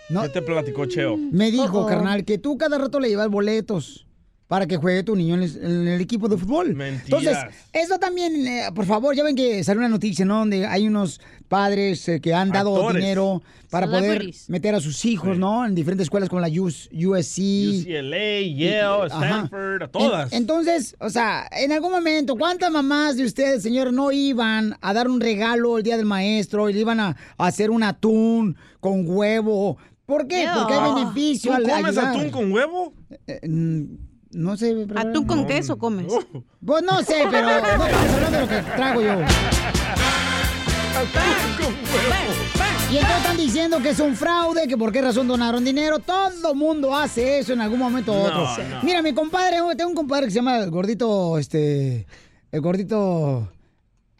No. ¿Qué te platicó Cheo? Me dijo, Oh, oh. carnal, que tú cada rato le llevas boletos para que juegue tu niño en el, en el equipo de fútbol. Entonces, eso también, eh, por favor, ya ven que salió una noticia, ¿no? Donde hay unos padres eh, que han dado Actores. dinero para poder Celebrities. meter a sus hijos, ¿no? En diferentes escuelas como la US USC. UCLA, Ajá. Yale, Stanford, a todas. En- entonces, o sea, en algún momento, ¿cuántas mamás de ustedes, señor, no iban a dar un regalo el día del maestro y le iban a, a hacer un atún con huevo? ¿Por qué? No. Porque hay beneficio Ah, ¿Tú al comes ayudar. atún con huevo? Eh, mm, no sé. pero- ¿Atún con queso comes? Pues no sé, pero no estamos hablando de lo que trago yo. Y entonces están diciendo que es un fraude, que por qué razón donaron dinero. Todo mundo hace eso en algún momento u No, otro. no. Mira, mi compadre, oh, tengo un compadre que se llama el gordito, este, el gordito,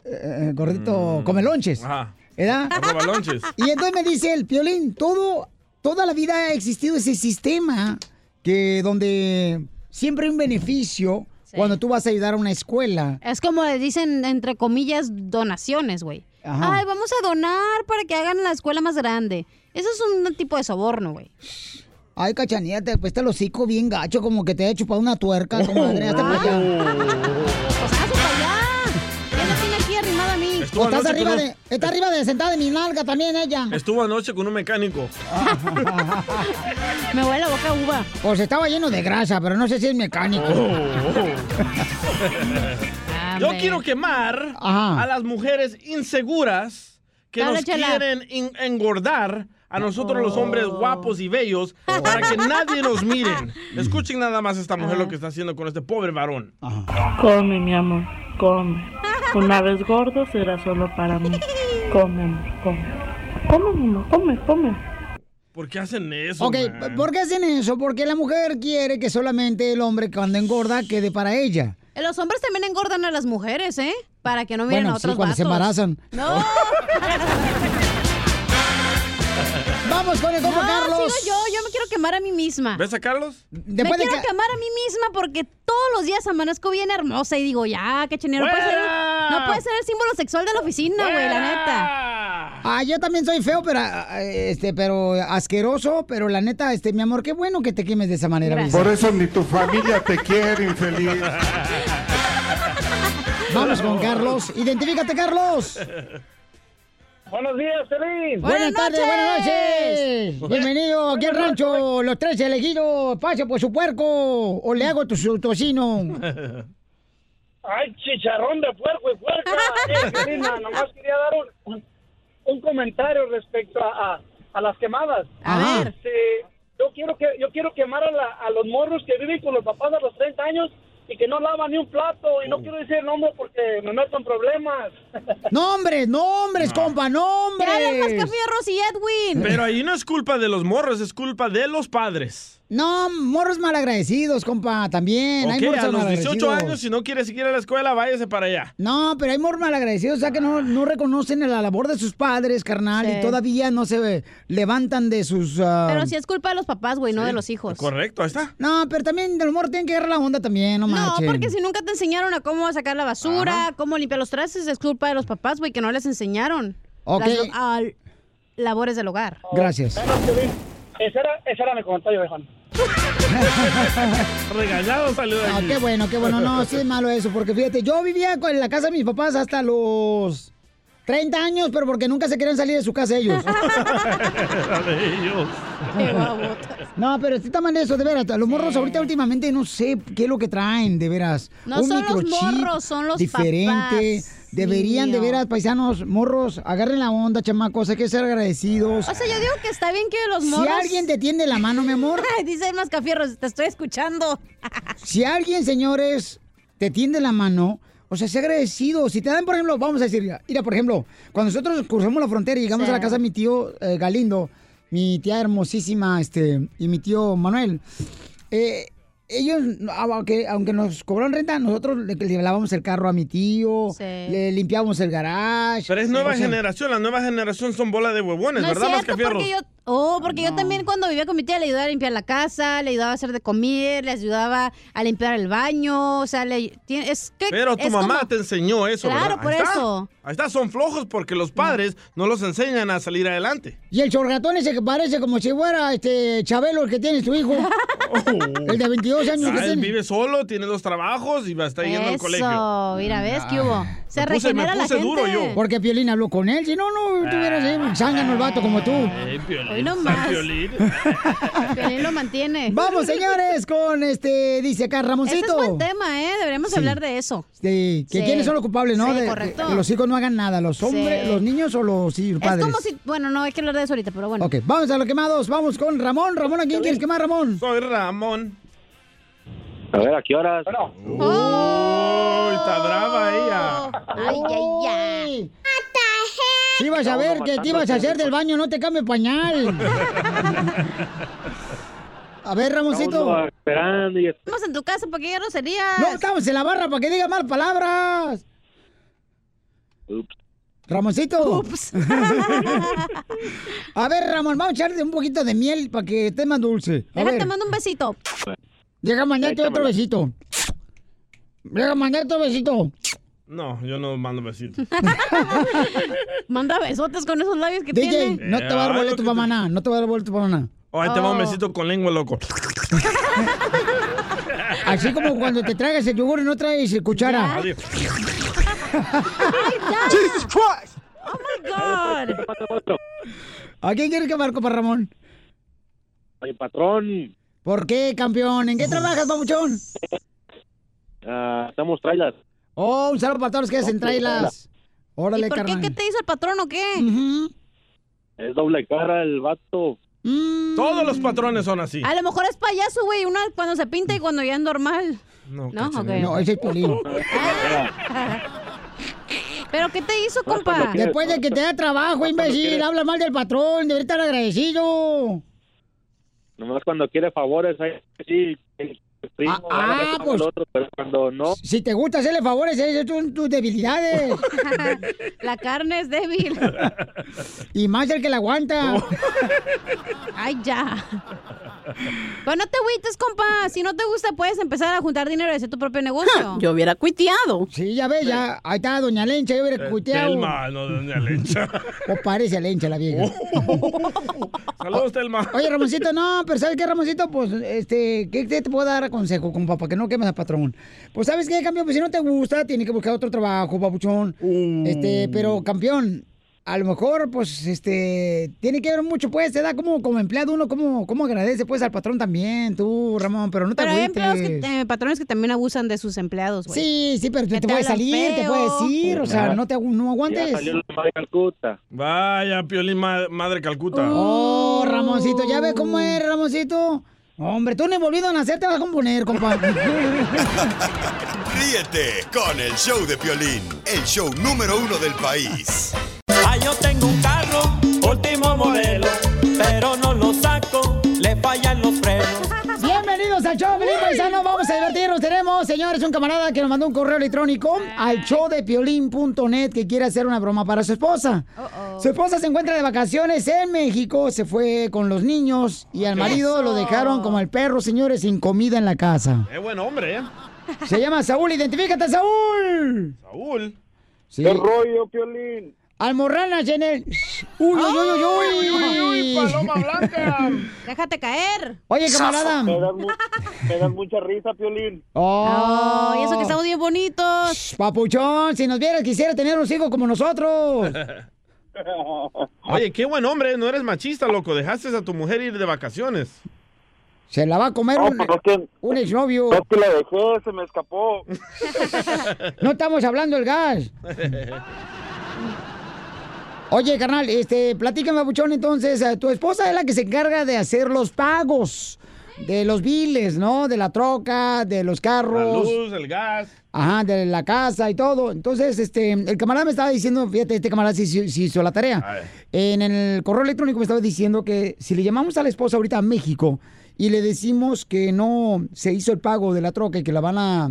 eh, el gordito come lonches. Ajá. ¿Verdad? Arroba lonches. Y entonces me dice el Piolín, todo, toda la vida ha existido ese sistema que donde siempre hay un beneficio cuando tú vas a ayudar a una escuela. Es como le dicen, entre comillas, donaciones, güey. Ajá. Ay, vamos a donar para que hagan la escuela más grande. Eso es un tipo de soborno, güey. Ay, cachanilla, te apesta el hocico bien gacho, como que te ha chupado una Oh, tuerca, comadre, hasta para allá. Pues hazlo para allá. Ya no tiene aquí arrimado a mí. Estuvo O estás anoche arriba con de, un- está arriba de sentada de mi nalga también ella. Estuvo anoche con un mecánico. Ah. Me huele la boca uva. Pues estaba lleno de grasa, pero no sé si es mecánico. Oh, Oh, Yo quiero quemar Ajá. a las mujeres inseguras que Dale, nos Chela. quieren in- engordar a nosotros los hombres guapos y bellos para que nadie nos miren. Escuchen nada más esta mujer lo que está haciendo con este pobre varón. Come, mi amor, come. Una vez gordo será solo para mí. Come, oh. amor, come. Come, mi amor, come, come. ¿Por qué hacen eso? Ok, man? ¿por qué hacen eso? Porque la mujer quiere que solamente el hombre cuando engorda quede para ella. Eh, Los hombres también engordan a las mujeres, ¿eh? Para que no miren Bueno, a sí, otros cuando se vatos. embarazan. No. Vamos con el compa no, Carlos. sigo yo, yo me quiero quemar a mí misma. ¿Ves a Carlos? me quiero quemar a mí misma porque todos los días amanezco bien hermosa y digo, ya, qué chenero. No puede, ser, ¡Fuera! no puede ser el símbolo sexual de la oficina, güey, la neta. Ah, yo también soy feo, pero ah, ah, este, pero asqueroso, pero la neta, este, mi amor, qué bueno que te quemes de esa manera. Por Luis. eso ni tu familia te quiere, infeliz. Vamos con Carlos. Identifícate, Carlos. Buenos días, Feliz. Pues, Buenas, tardes, buenas noches. Bienvenido aquí al rancho. Los tres elegidos. Pase por su puerco o le hago tu su tocino. Ay, chicharrón de puerco y puerca. Eh, Piolín, nada- nomás quería dar un, un- un comentario respecto a, a- a las quemadas. Este, A ver. yo quiero que yo quiero quemar a, la- a los morros que viven con los papás a los 30 años y que no lavan ni un plato. Y Oh. no quiero decir el nombre porque me meto en problemas. Nombres, nombres, compa, nombres. Fierros y Edwin. Pero ahí no es culpa de los morros, es culpa de los padres. No, morros malagradecidos, compa, también. Ok, Hay morros a los 18 malagradecidos. años, si no quiere seguir a la escuela, váyase para allá. No, pero hay morros malagradecidos, o sea que no, no reconocen la labor de sus padres, carnal, Sí. y todavía no se levantan de sus... ah, Pero si es culpa de los papás, güey, no de los hijos. Correcto, ahí está. No, pero también del humor tienen que agarrar la onda también, no No, marchen. porque si nunca te enseñaron a cómo sacar la basura, cómo limpiar los trastes, es culpa de los papás, güey, que no les enseñaron Ok. las ah, labores del hogar. Gracias. Ese era, ese era mi comentario, Juan. Regañado salió de No, aquí. Ah, qué bueno, qué bueno. No, sí es malo eso, porque fíjate, yo vivía con- en la casa de mis papás hasta los 30 años, pero porque nunca se querían salir de su casa ellos. Era de ellos. No, pero sí está mal eso, de veras. Los morros ahorita últimamente no sé qué es lo que traen, de veras. No son los morros, son los diferente. papás, Deberían, de niño. veras, paisanos, morros, agarren la onda, chamacos, hay que ser agradecidos. O sea, yo digo que está bien que los Si morros... alguien te tiende la mano, mi amor. Dice el Mascafierros, te estoy escuchando. Si alguien, señores, te tiende la mano, o sea, sea agradecido. Si te dan, por ejemplo, vamos a decir, mira, mira, por ejemplo, cuando nosotros cruzamos la frontera y llegamos Sí. a la casa de mi tío eh, Galindo, mi tía hermosísima, este, y mi tío Manuel, eh, ellos, aunque, aunque nos cobraron renta, nosotros le, le lavábamos el carro a mi tío, le limpiábamos el garage. Pero es nueva O sea, generación, la nueva generación son bola de huevones, No es ¿verdad, cierto, Mascafierros? porque yo... Oh, porque yo también cuando vivía con mi tía le ayudaba a limpiar la casa, le ayudaba a hacer de comer, le ayudaba a limpiar el baño, o sea, le... tiene- Es que... Pero tu es mamá como- te enseñó eso. Claro, ¿verdad? por Ahí está. eso. Mm. Ahí está, son flojos porque los padres no los enseñan a salir adelante. Y el chorgatón ese que parece como si fuera este Chabelo el que tiene tu hijo. El de 22 años que Ah, él tiene. vive solo, tiene dos trabajos y va a estar yendo al Eso, colegio. mira, ¿ves qué hubo? Se Me puse- me regenera la puse gente. duro yo. Porque Piolín habló con él, si no, no tuvieras ahí zángano el vato como tú. Eh, Piolín, Hoy no San más. Piolín. Piolín lo mantiene. Vamos, señores, con este, dice acá Ese Ramoncito. es buen tema, ¿eh? Deberíamos Sí. hablar de eso. Sí, Este, que Sí. quiénes son los culpables, ¿no? Sí, De- de- correcto. que los hijos no hagan nada, los hombres, Sí. los niños o los sí, padres. Es como si... Bueno, no, hay que hablar de eso ahorita, pero bueno. Ok, vamos a los quemados, vamos con Ramón. Ramón, ¿a quién quieres quemar, Ramón? Soy Ramón. A ver, ¿a qué horas? ¡Oh! Uy, está brava ella. Ay, ay, ay. Si ibas a No, ver no, que te ibas a hacer del baño, no te cambie pañal. a ver, Ramoncito. Estamos esperando y Estamos en tu casa para que ya no sería. No, estamos en la barra para que diga mal palabras. Ups. Ramoncito. a ver, Ramón, vamos a echarle un poquito de miel para que esté más dulce. A Déjate, ver, mando un besito. llega a mandarte otro besito. Llega a mandarte otro besito. Mm. No, yo no mando besitos. Manda besotes con esos labios que DJ, tiene. no te va a dar Eh, boleto para maná, no te va a dar boleto para maná. Oh, ahí te va un Oh. besito con lengua, loco. Así como cuando te tragas el yogur y no traes cuchara. Ah, Adiós. ¡Ay, ya! Jesus Christ! Oh my God. ¿A quién quieres que marco para Ramón? Oye, patrón, ¿Por qué, campeón? ¿En qué trabajas, papuchón? ah, estamos trailers. Oh, un saludo para todos los que hacen trailas. Órale, ¿Por qué? carnal. ¿Qué te hizo el patrón o qué? Es doble cara el vato. Mm. Todos los patrones son así. A lo mejor es payaso, güey. Una cuando se pinta y cuando ya es normal. No, No, ok. cachanilla. No, ese es Piolín. Ah. ¿Pero qué te hizo, compa? Después de que te da trabajo, imbécil, quieres. habla mal del patrón, debería estar agradecido. Nomás cuando quiere favores, ahí sí. el primo, ah, el otro, pues. el otro, pero cuando no. Si te gusta hacerle favores, eh, esas son tus debilidades. La carne es débil. Y más el que la aguanta. Ay, ya. Pero no te agüites, compa. Si no te gusta, puedes empezar a juntar dinero y hacer tu propio negocio. Yo hubiera cuiteado. Sí, ya ves, ya. Ahí está Doña Lencha, yo hubiera cuiteado. Telma, no, doña Lencha. O parece a Lencha la vieja. Saludos, Telma. Oye, Ramoncito, no, pero ¿sabes qué, Ramoncito? Pues, este, ¿qué te puedo dar a consejo, compa, para que no quemes al patrón? Pues, ¿sabes qué, campeón? Pues, si no te gusta, tiene que buscar otro trabajo, papuchón. Mm. Este, pero, campeón, a lo mejor, pues, este, tiene que ver mucho, pues, te da como, como empleado uno, como, como agradece, pues, al patrón también, tú, Ramón, pero no te Pero hay agüites. empleados que, eh, patrones que también abusan de sus empleados, güey. Sí, sí, pero te, te puede hablan salir, te feo. puede decir, o sea, no te agu- no aguantes. Ya salió la madre Calcuta. Vaya, Piolín ma- Madre Calcuta. Oh, Ramoncito, ya ves cómo es, Ramoncito. Hombre, tú ni volviendo a nacer te vas a componer, compa. Ríete con el show de Piolín, el show número uno del país. Ah, yo tengo un carro, último modelo, pero no lo saco, le fallan los frenos. Bienvenidos al show, Piolín Uy. Paisano. Vamos a divertirnos. Tenemos, señores, un camarada que nos mandó un correo electrónico al showdepiolín.net que quiere hacer una broma para su esposa. Su esposa se encuentra de vacaciones en México, se fue con los niños y al marido lo dejaron como el perro, señores, sin comida en la casa. Es buen hombre, ¿eh? Se llama Saúl, identifícate, Saúl. Saúl. Sí. ¿Qué rollo, Piolín? Almorranas en el. ¡Uy, uy, uy, uy, uy! paloma blanca! Déjate caer. Oye, camarada. Me das, mu- me das mucha risa, Piolín. Oh. Oh, y eso que estamos bien bonitos. Papuchón, si nos vieras, quisiera tener unos hijos como nosotros. Oye, qué buen hombre, no eres machista, loco. Dejaste a tu mujer ir de vacaciones. Se la va a comer pues, un, un exnovio. No la dejé, se me escapó. estamos hablando del gas. Oye, carnal, este, platícame, Papuchón, entonces, eh, tu esposa es la que se encarga de hacer los pagos de los biles, ¿no? De la troca, de los La carros. luz, el gas. Ajá, de la casa y todo. Entonces, este, el camarada me estaba diciendo, fíjate, este camarada sí, sí- sí hizo la tarea. En el correo electrónico me estaba diciendo que si le llamamos a la esposa ahorita a México y le decimos que no se hizo el pago de la troca y que la van a,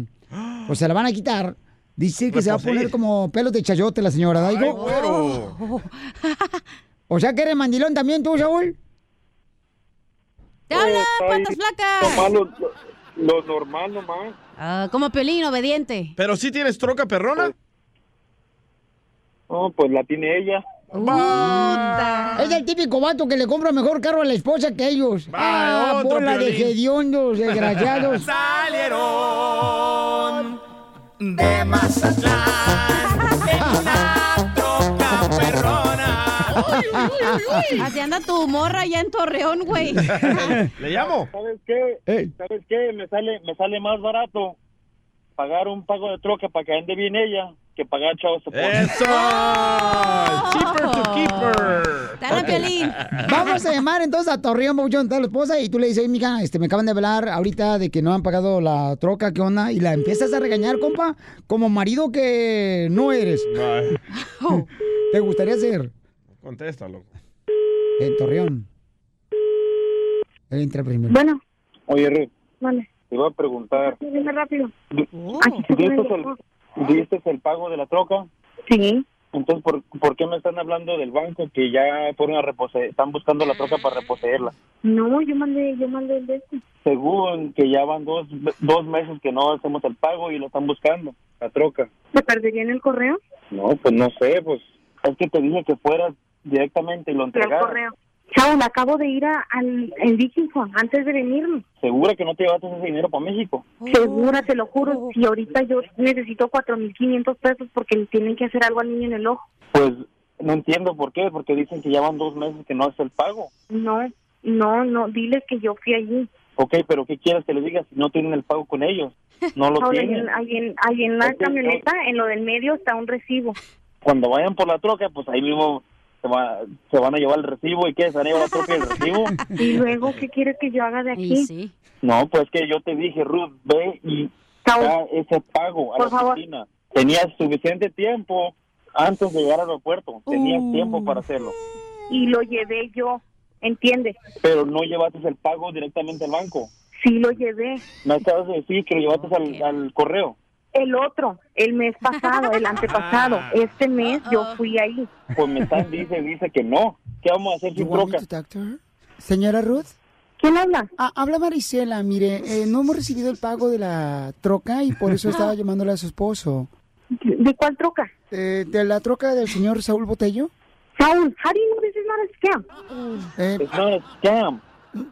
o se la van a quitar, dice que se va a poner Reposeír. como pelos de chayote la señora, ¿da? Digo, O sea que eres mandilón también tú, Saúl. ¡Te habla, patas flacas! Lo, lo- lo normal nomás. Ah, como Piolín, obediente. Pero sí tienes troca perrona. No, pues la tiene ella. Es el típico vato que le compra mejor carro a la esposa que ellos. ah, otro bola de Piolín. hediondos, desgraciados. Salieron de Mazatlán en una troca perrona. Así anda tu morra ya en Torreón, güey. ¿Le llamo? ¿Sabes qué? ¿Sabes qué? Me sale, me sale más barato pagar un pago de troca para que ande bien ella que pagar chavos. ¡Eso! Cheaper to keeper. Dale, Piolín. Vamos a llamar entonces a Torreón, Pabuchón, está la esposa, y tú le dices, oye, mija, este, me acaban de hablar ahorita de que no han pagado la troca, ¿qué onda? Y la empiezas a regañar, compa, como marido que no eres. ¿Te gustaría ser? Contesta, loco. En Torreón. Él entra primero. Bueno. Oye, Ruth, Vale, te iba a preguntar. dime rápido. ¿Diste el, diste el pago de la troca? Sí. Entonces, ¿por, por qué me están hablando del banco que ya fueron a reposeer, están buscando la troca para reposeerla? No, yo mandé, yo mandé el de este. Según que ya van dos, dos meses que no hacemos el pago y lo están buscando, la troca. ¿Se perdería en el correo? No, pues no sé, pues es que te dije que fueras directamente y lo Pero el entregaras. correo. Saúl, acabo de ir a- al el Dickinson antes de venirme. ¿Segura que no te llevaste ese dinero para México? Segura, te lo juro. Si ahorita yo necesito 4.500 pesos porque le tienen que hacer algo al niño en el ojo. Pues no entiendo por qué, porque dicen que ya van dos meses que no es el pago. No, no, no. Diles que yo fui allí. Ok, pero ¿qué quieres que le digas si no tienen el pago con ellos? No lo Saúl, ahí tienen. en, ahí en- ahí en la Ok, camioneta, en lo del medio, está un recibo. Cuando vayan por la troca, pues ahí mismo se, va- se van a llevar el recibo. ¿Y qué? ¿Se van a llevar la troca y el recibo? Y luego, ¿qué quieres que yo haga de aquí? No, pues que yo te dije, Ruth, ve y da ese pago a Por la favor. oficina. Tenías suficiente tiempo antes de llegar al aeropuerto. Tenías Uh. tiempo para hacerlo. Y lo llevé yo, ¿entiendes? Pero no llevaste el pago directamente al banco. Sí, lo llevé. Me acabas de decir que lo llevaste al, al correo. El otro, el mes pasado, el antepasado, Ah. este mes yo fui ahí. Pues me están, dice, dice que no. ¿Qué vamos a hacer sin troca? Señora Ruth. Ah, ¿Quién habla? habla Marisela, mire, eh, no hemos recibido el pago de la troca y por eso estaba llamándole a su esposo. Eh, ¿De cuál troca? de la troca del señor Saúl Botello. Saúl, how do you know this is not a scam? It's not a scam. Eh,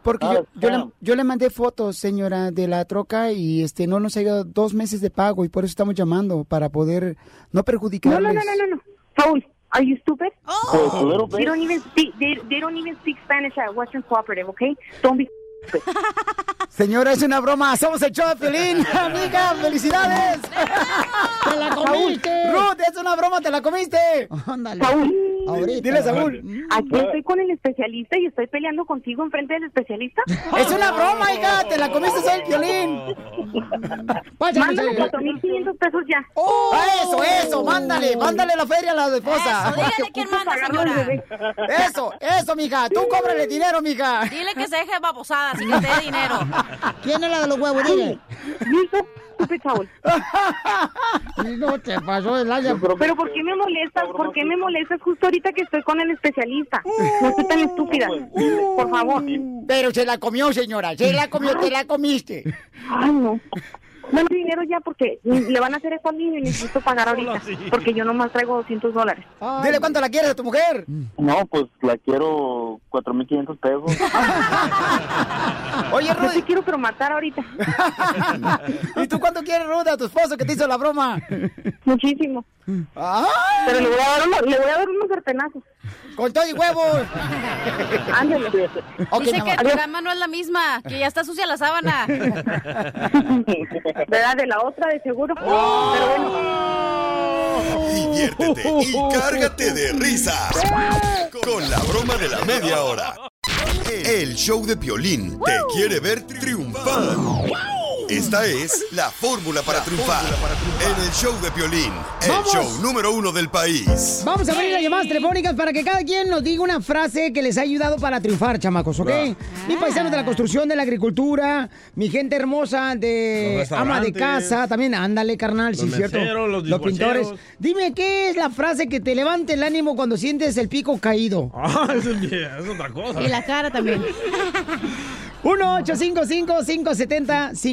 Porque Not yo, a yo le, scam. yo le mandé fotos, señora, de la troca y este no nos ha llegado dos meses de pago y por eso estamos llamando, para poder no No, perjudicarles. no, no, no, no, no. Saúl, are you stupid? Pues, a little bit. They Oh. don't even speak. They, they don't even speak Spanish at Western Cooperative, okay? Don't be. Señora, es una broma. Somos el show de Piolín. Amiga, felicidades. ¡Te la comiste! Ruth, es una broma, te la comiste. Ándale. Saúl. Ahorita. Dile, Saúl. Aquí estoy con el especialista y estoy peleando contigo enfrente del especialista. Es una broma, hija, te la comiste, soy el violín. Mándame Saúl. 4.500 pesos ya. Ah, eso, eso, mándale, mándale la feria a la esposa. Eso, dígale quién manda, señora. Eso, eso, mija, tú cóbrale dinero, mija. Dile que se deje babosada, así que te dé dinero. ¿Quién es la de los huevos? Dile. No te pasó el Pero ¿por qué me molestas? ¿Por qué me molestas justo ahorita que estoy con el especialista? No soy tan estúpida. Pues, Por favor. Pero se la comió, señora. Se la comió, te la comiste. Ay, no. Dame dinero ya porque le van a hacer esto al niño y necesito pagar ahorita. Porque yo nomás traigo 200 dólares. Dile cuánto la quieres a tu mujer. No, pues la quiero 4.500 pesos. Oye, te Rudy. Pues quiero pero matar ahorita. ¿Y tú cuánto quieres, Rudy, a tu esposo que te hizo la broma? Muchísimo. Pero le voy a dar uno- le voy a dar unos sartenazos. Con todo y huevos. Ándale. Dice que tu cama no es la misma, que ya está sucia la sábana. ¿Verdad? De la otra, de seguro. Oh. Pero bueno. Diviértete y cárgate de risas con la broma de la media hora. El show de Piolín te quiere ver triunfar. Esta es la fórmula para triunfar en el show de Piolín, el ¡Vamos! show número uno del país. Vamos a abrir las llamadas telefónicas para que cada quien nos diga una frase que les ha ayudado para triunfar, chamacos, ¿ok? Va. Mi paisano de Ah. la construcción, de la agricultura, mi gente hermosa de Los ama de restaurantes. casa, también ándale, carnal, sí, Los cierto. meseros, los los pintores. dishwasheros. Dime, ¿qué es la frase que te levanta el ánimo cuando sientes el pico caído? Ah, eso es, es otra cosa.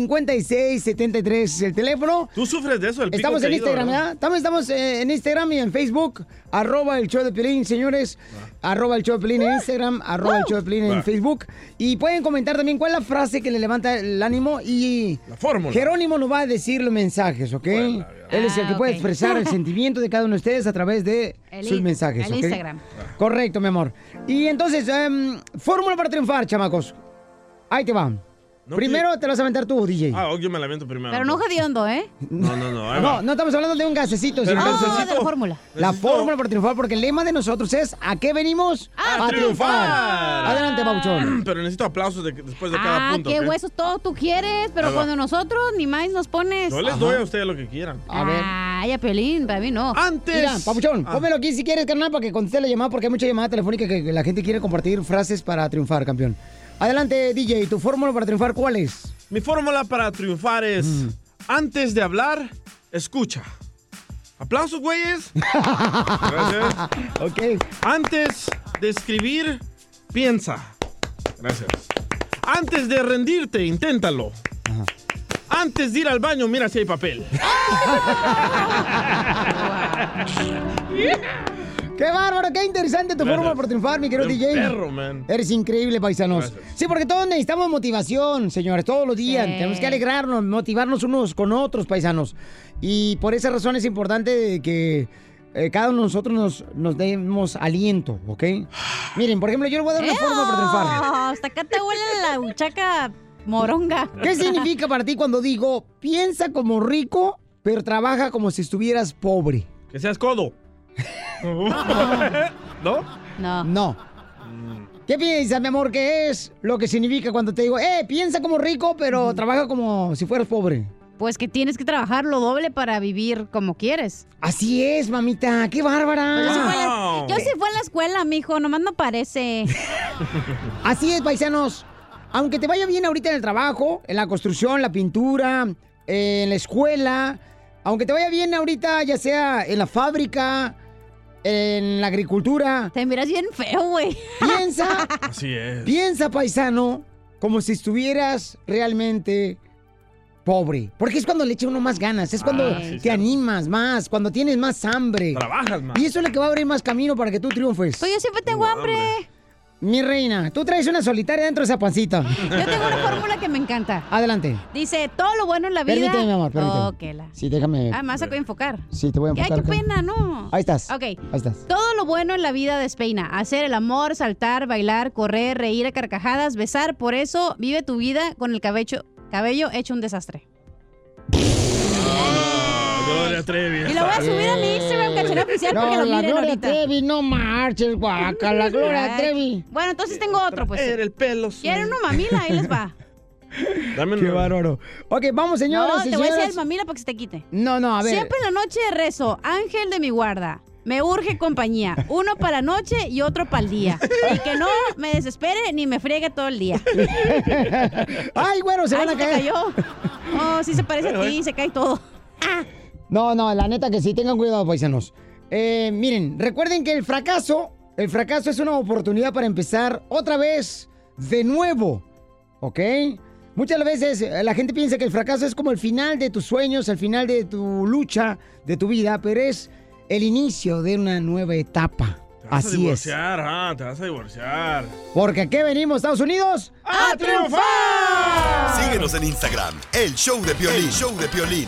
1-855-570-5673 es el teléfono. Tú sufres de eso, el pico Estamos en caído, Instagram, ¿no? ¿verdad? También estamos eh, en Instagram y en Facebook. Arroba el show de Pelín, señores. Arroba el show de Pelín en Instagram. Arroba el show de Pelín en Uh. Va. Facebook. Y pueden comentar también cuál es la frase que le levanta el ánimo y... La fórmula. Jerónimo nos va a decir los mensajes, ¿ok? Él es el Ah, que puede ok. expresar el sentimiento de cada uno de ustedes a través de El sus in- mensajes, el ¿ok? Instagram. Correcto, mi amor. Y entonces, em, fórmula para triunfar, chamacos. Ahí te va. Primero te lo vas a aventar tú, DJ. Ah, ok, yo me la aviento primero. Pero no hediondo, ¿eh? No, no, no. ahí va. No, no estamos hablando de un gasecito. Pero sino- necesito- Oh, de la fórmula. La fórmula para triunfar, porque el lema de nosotros es ¿a qué venimos? ¡A triunfar! Adelante, Pabuchón. Pero necesito aplausos de- después de cada Ah, punto. qué ¿ok? hueso todo tú quieres, pero Ahí va. cuando nosotros ni más nos pones. Yo les doy a ustedes lo que quieran. Ay, a Pelín, para mí no. Antes. Ah. Mira, Pabuchón, pónmelo aquí si quieres, carnal, para que conteste la llamada, porque hay mucha llamada telefónica que la gente quiere compartir frases para triunfar, campeón. Adelante, DJ, ¿tu fórmula para triunfar cuál es? Mi fórmula para triunfar es: Mm. antes de hablar, escucha. Aplausos, güeyes. Gracias. Ok. Antes de escribir, piensa. Gracias. Antes de rendirte, inténtalo. Antes de ir al baño, mira si hay papel. ¡Qué bárbaro! ¡Qué interesante tu Gracias. fórmula por triunfar, mi querido Eres un DJ! perro, man. Eres increíble, paisanos. Sí, porque todos necesitamos motivación, señores, todos los días. Sí. Tenemos que alegrarnos, motivarnos unos con otros, paisanos. Y por esa razón es importante de que eh, cada uno de nosotros nos, nos demos aliento, ¿ok? Miren, por ejemplo, yo le voy a dar una fórmula por triunfar. Hasta acá te huele la buchaca moronga. ¿Qué significa para ti cuando digo, piensa como rico, pero trabaja como si estuvieras pobre? Que seas codo. ¿No? No. Mm. No. ¿Qué piensas, mi amor? ¿Qué es lo que significa cuando te digo, eh, piensa como rico, pero trabaja como si fueras pobre? Pues que tienes que trabajar lo doble para vivir como quieres. Así es, mamita. ¡Qué bárbara! Pues Yo sí fui a la, yo sí fui a la escuela, mijo. Nomás no parece. Así es, paisanos. Aunque te vaya bien ahorita en el trabajo, en la construcción, la pintura, eh, en la escuela, aunque te vaya bien ahorita, ya sea en la fábrica, en la agricultura. Te miras bien feo, güey. Piensa, Así es. piensa, paisano, como si estuvieras realmente pobre. Porque es cuando le echa uno más ganas, es cuando Ah, sí, te cierto. animas más, cuando tienes más hambre. Trabajas más. Y eso es lo que va a abrir más camino para que tú triunfes. Pues yo siempre tengo hambre. Mi reina, tú traes una solitaria dentro de esa pancita. Yo tengo una fórmula que me encanta. Adelante. Dice, todo lo bueno en la vida... Permíteme, mi amor, permíteme. Oh, que la- Sí, déjame. Ah, me vas a enfocar. Sí, te voy a Ay, enfocar. qué acá. pena, ¿no? Ahí estás. Ok. Ahí estás. Todo lo bueno en la vida despeina. Hacer el amor, saltar, bailar, correr, reír a carcajadas, besar. Por eso vive tu vida con el cabello, cabello hecho un desastre. Gloria Trevi. Y lo voy a subir a mi Instagram, Cachena Oficial, No, porque lo la miren Gloria ahorita. Trevi, no marches, guaca, la Gloria Ay. Trevi. Bueno, entonces tengo otro, pues. Era el pelo. Quieren una mamila, ahí les va. Dame Qué bárbaro. Ok, vamos, señoras no, y te voy a decir señores. el mamila para que se te quite. No, no, a ver. Siempre en la noche rezo, ángel de mi guarda. Me urge compañía, uno para la noche y otro para el día. Y que no me desespere ni me friegue todo el día. Ay, bueno, se van a te caer. cayó. Oh, sí se parece a ti, se cae todo. Ah. No, no, la neta que sí, tengan cuidado, paisanos. Eh, miren, recuerden que el fracaso, el fracaso es una oportunidad para empezar otra vez, de nuevo, ¿ok? Muchas veces eh, la gente piensa que el fracaso es como el final de tus sueños, el final de tu lucha, de tu vida, pero es el inicio de una nueva etapa. Vas a Así es. divorciar, ah, te vas a divorciar. Porque aquí venimos, Estados Unidos, a triunfar. Síguenos en Instagram, el show de Piolín. El show de Piolín.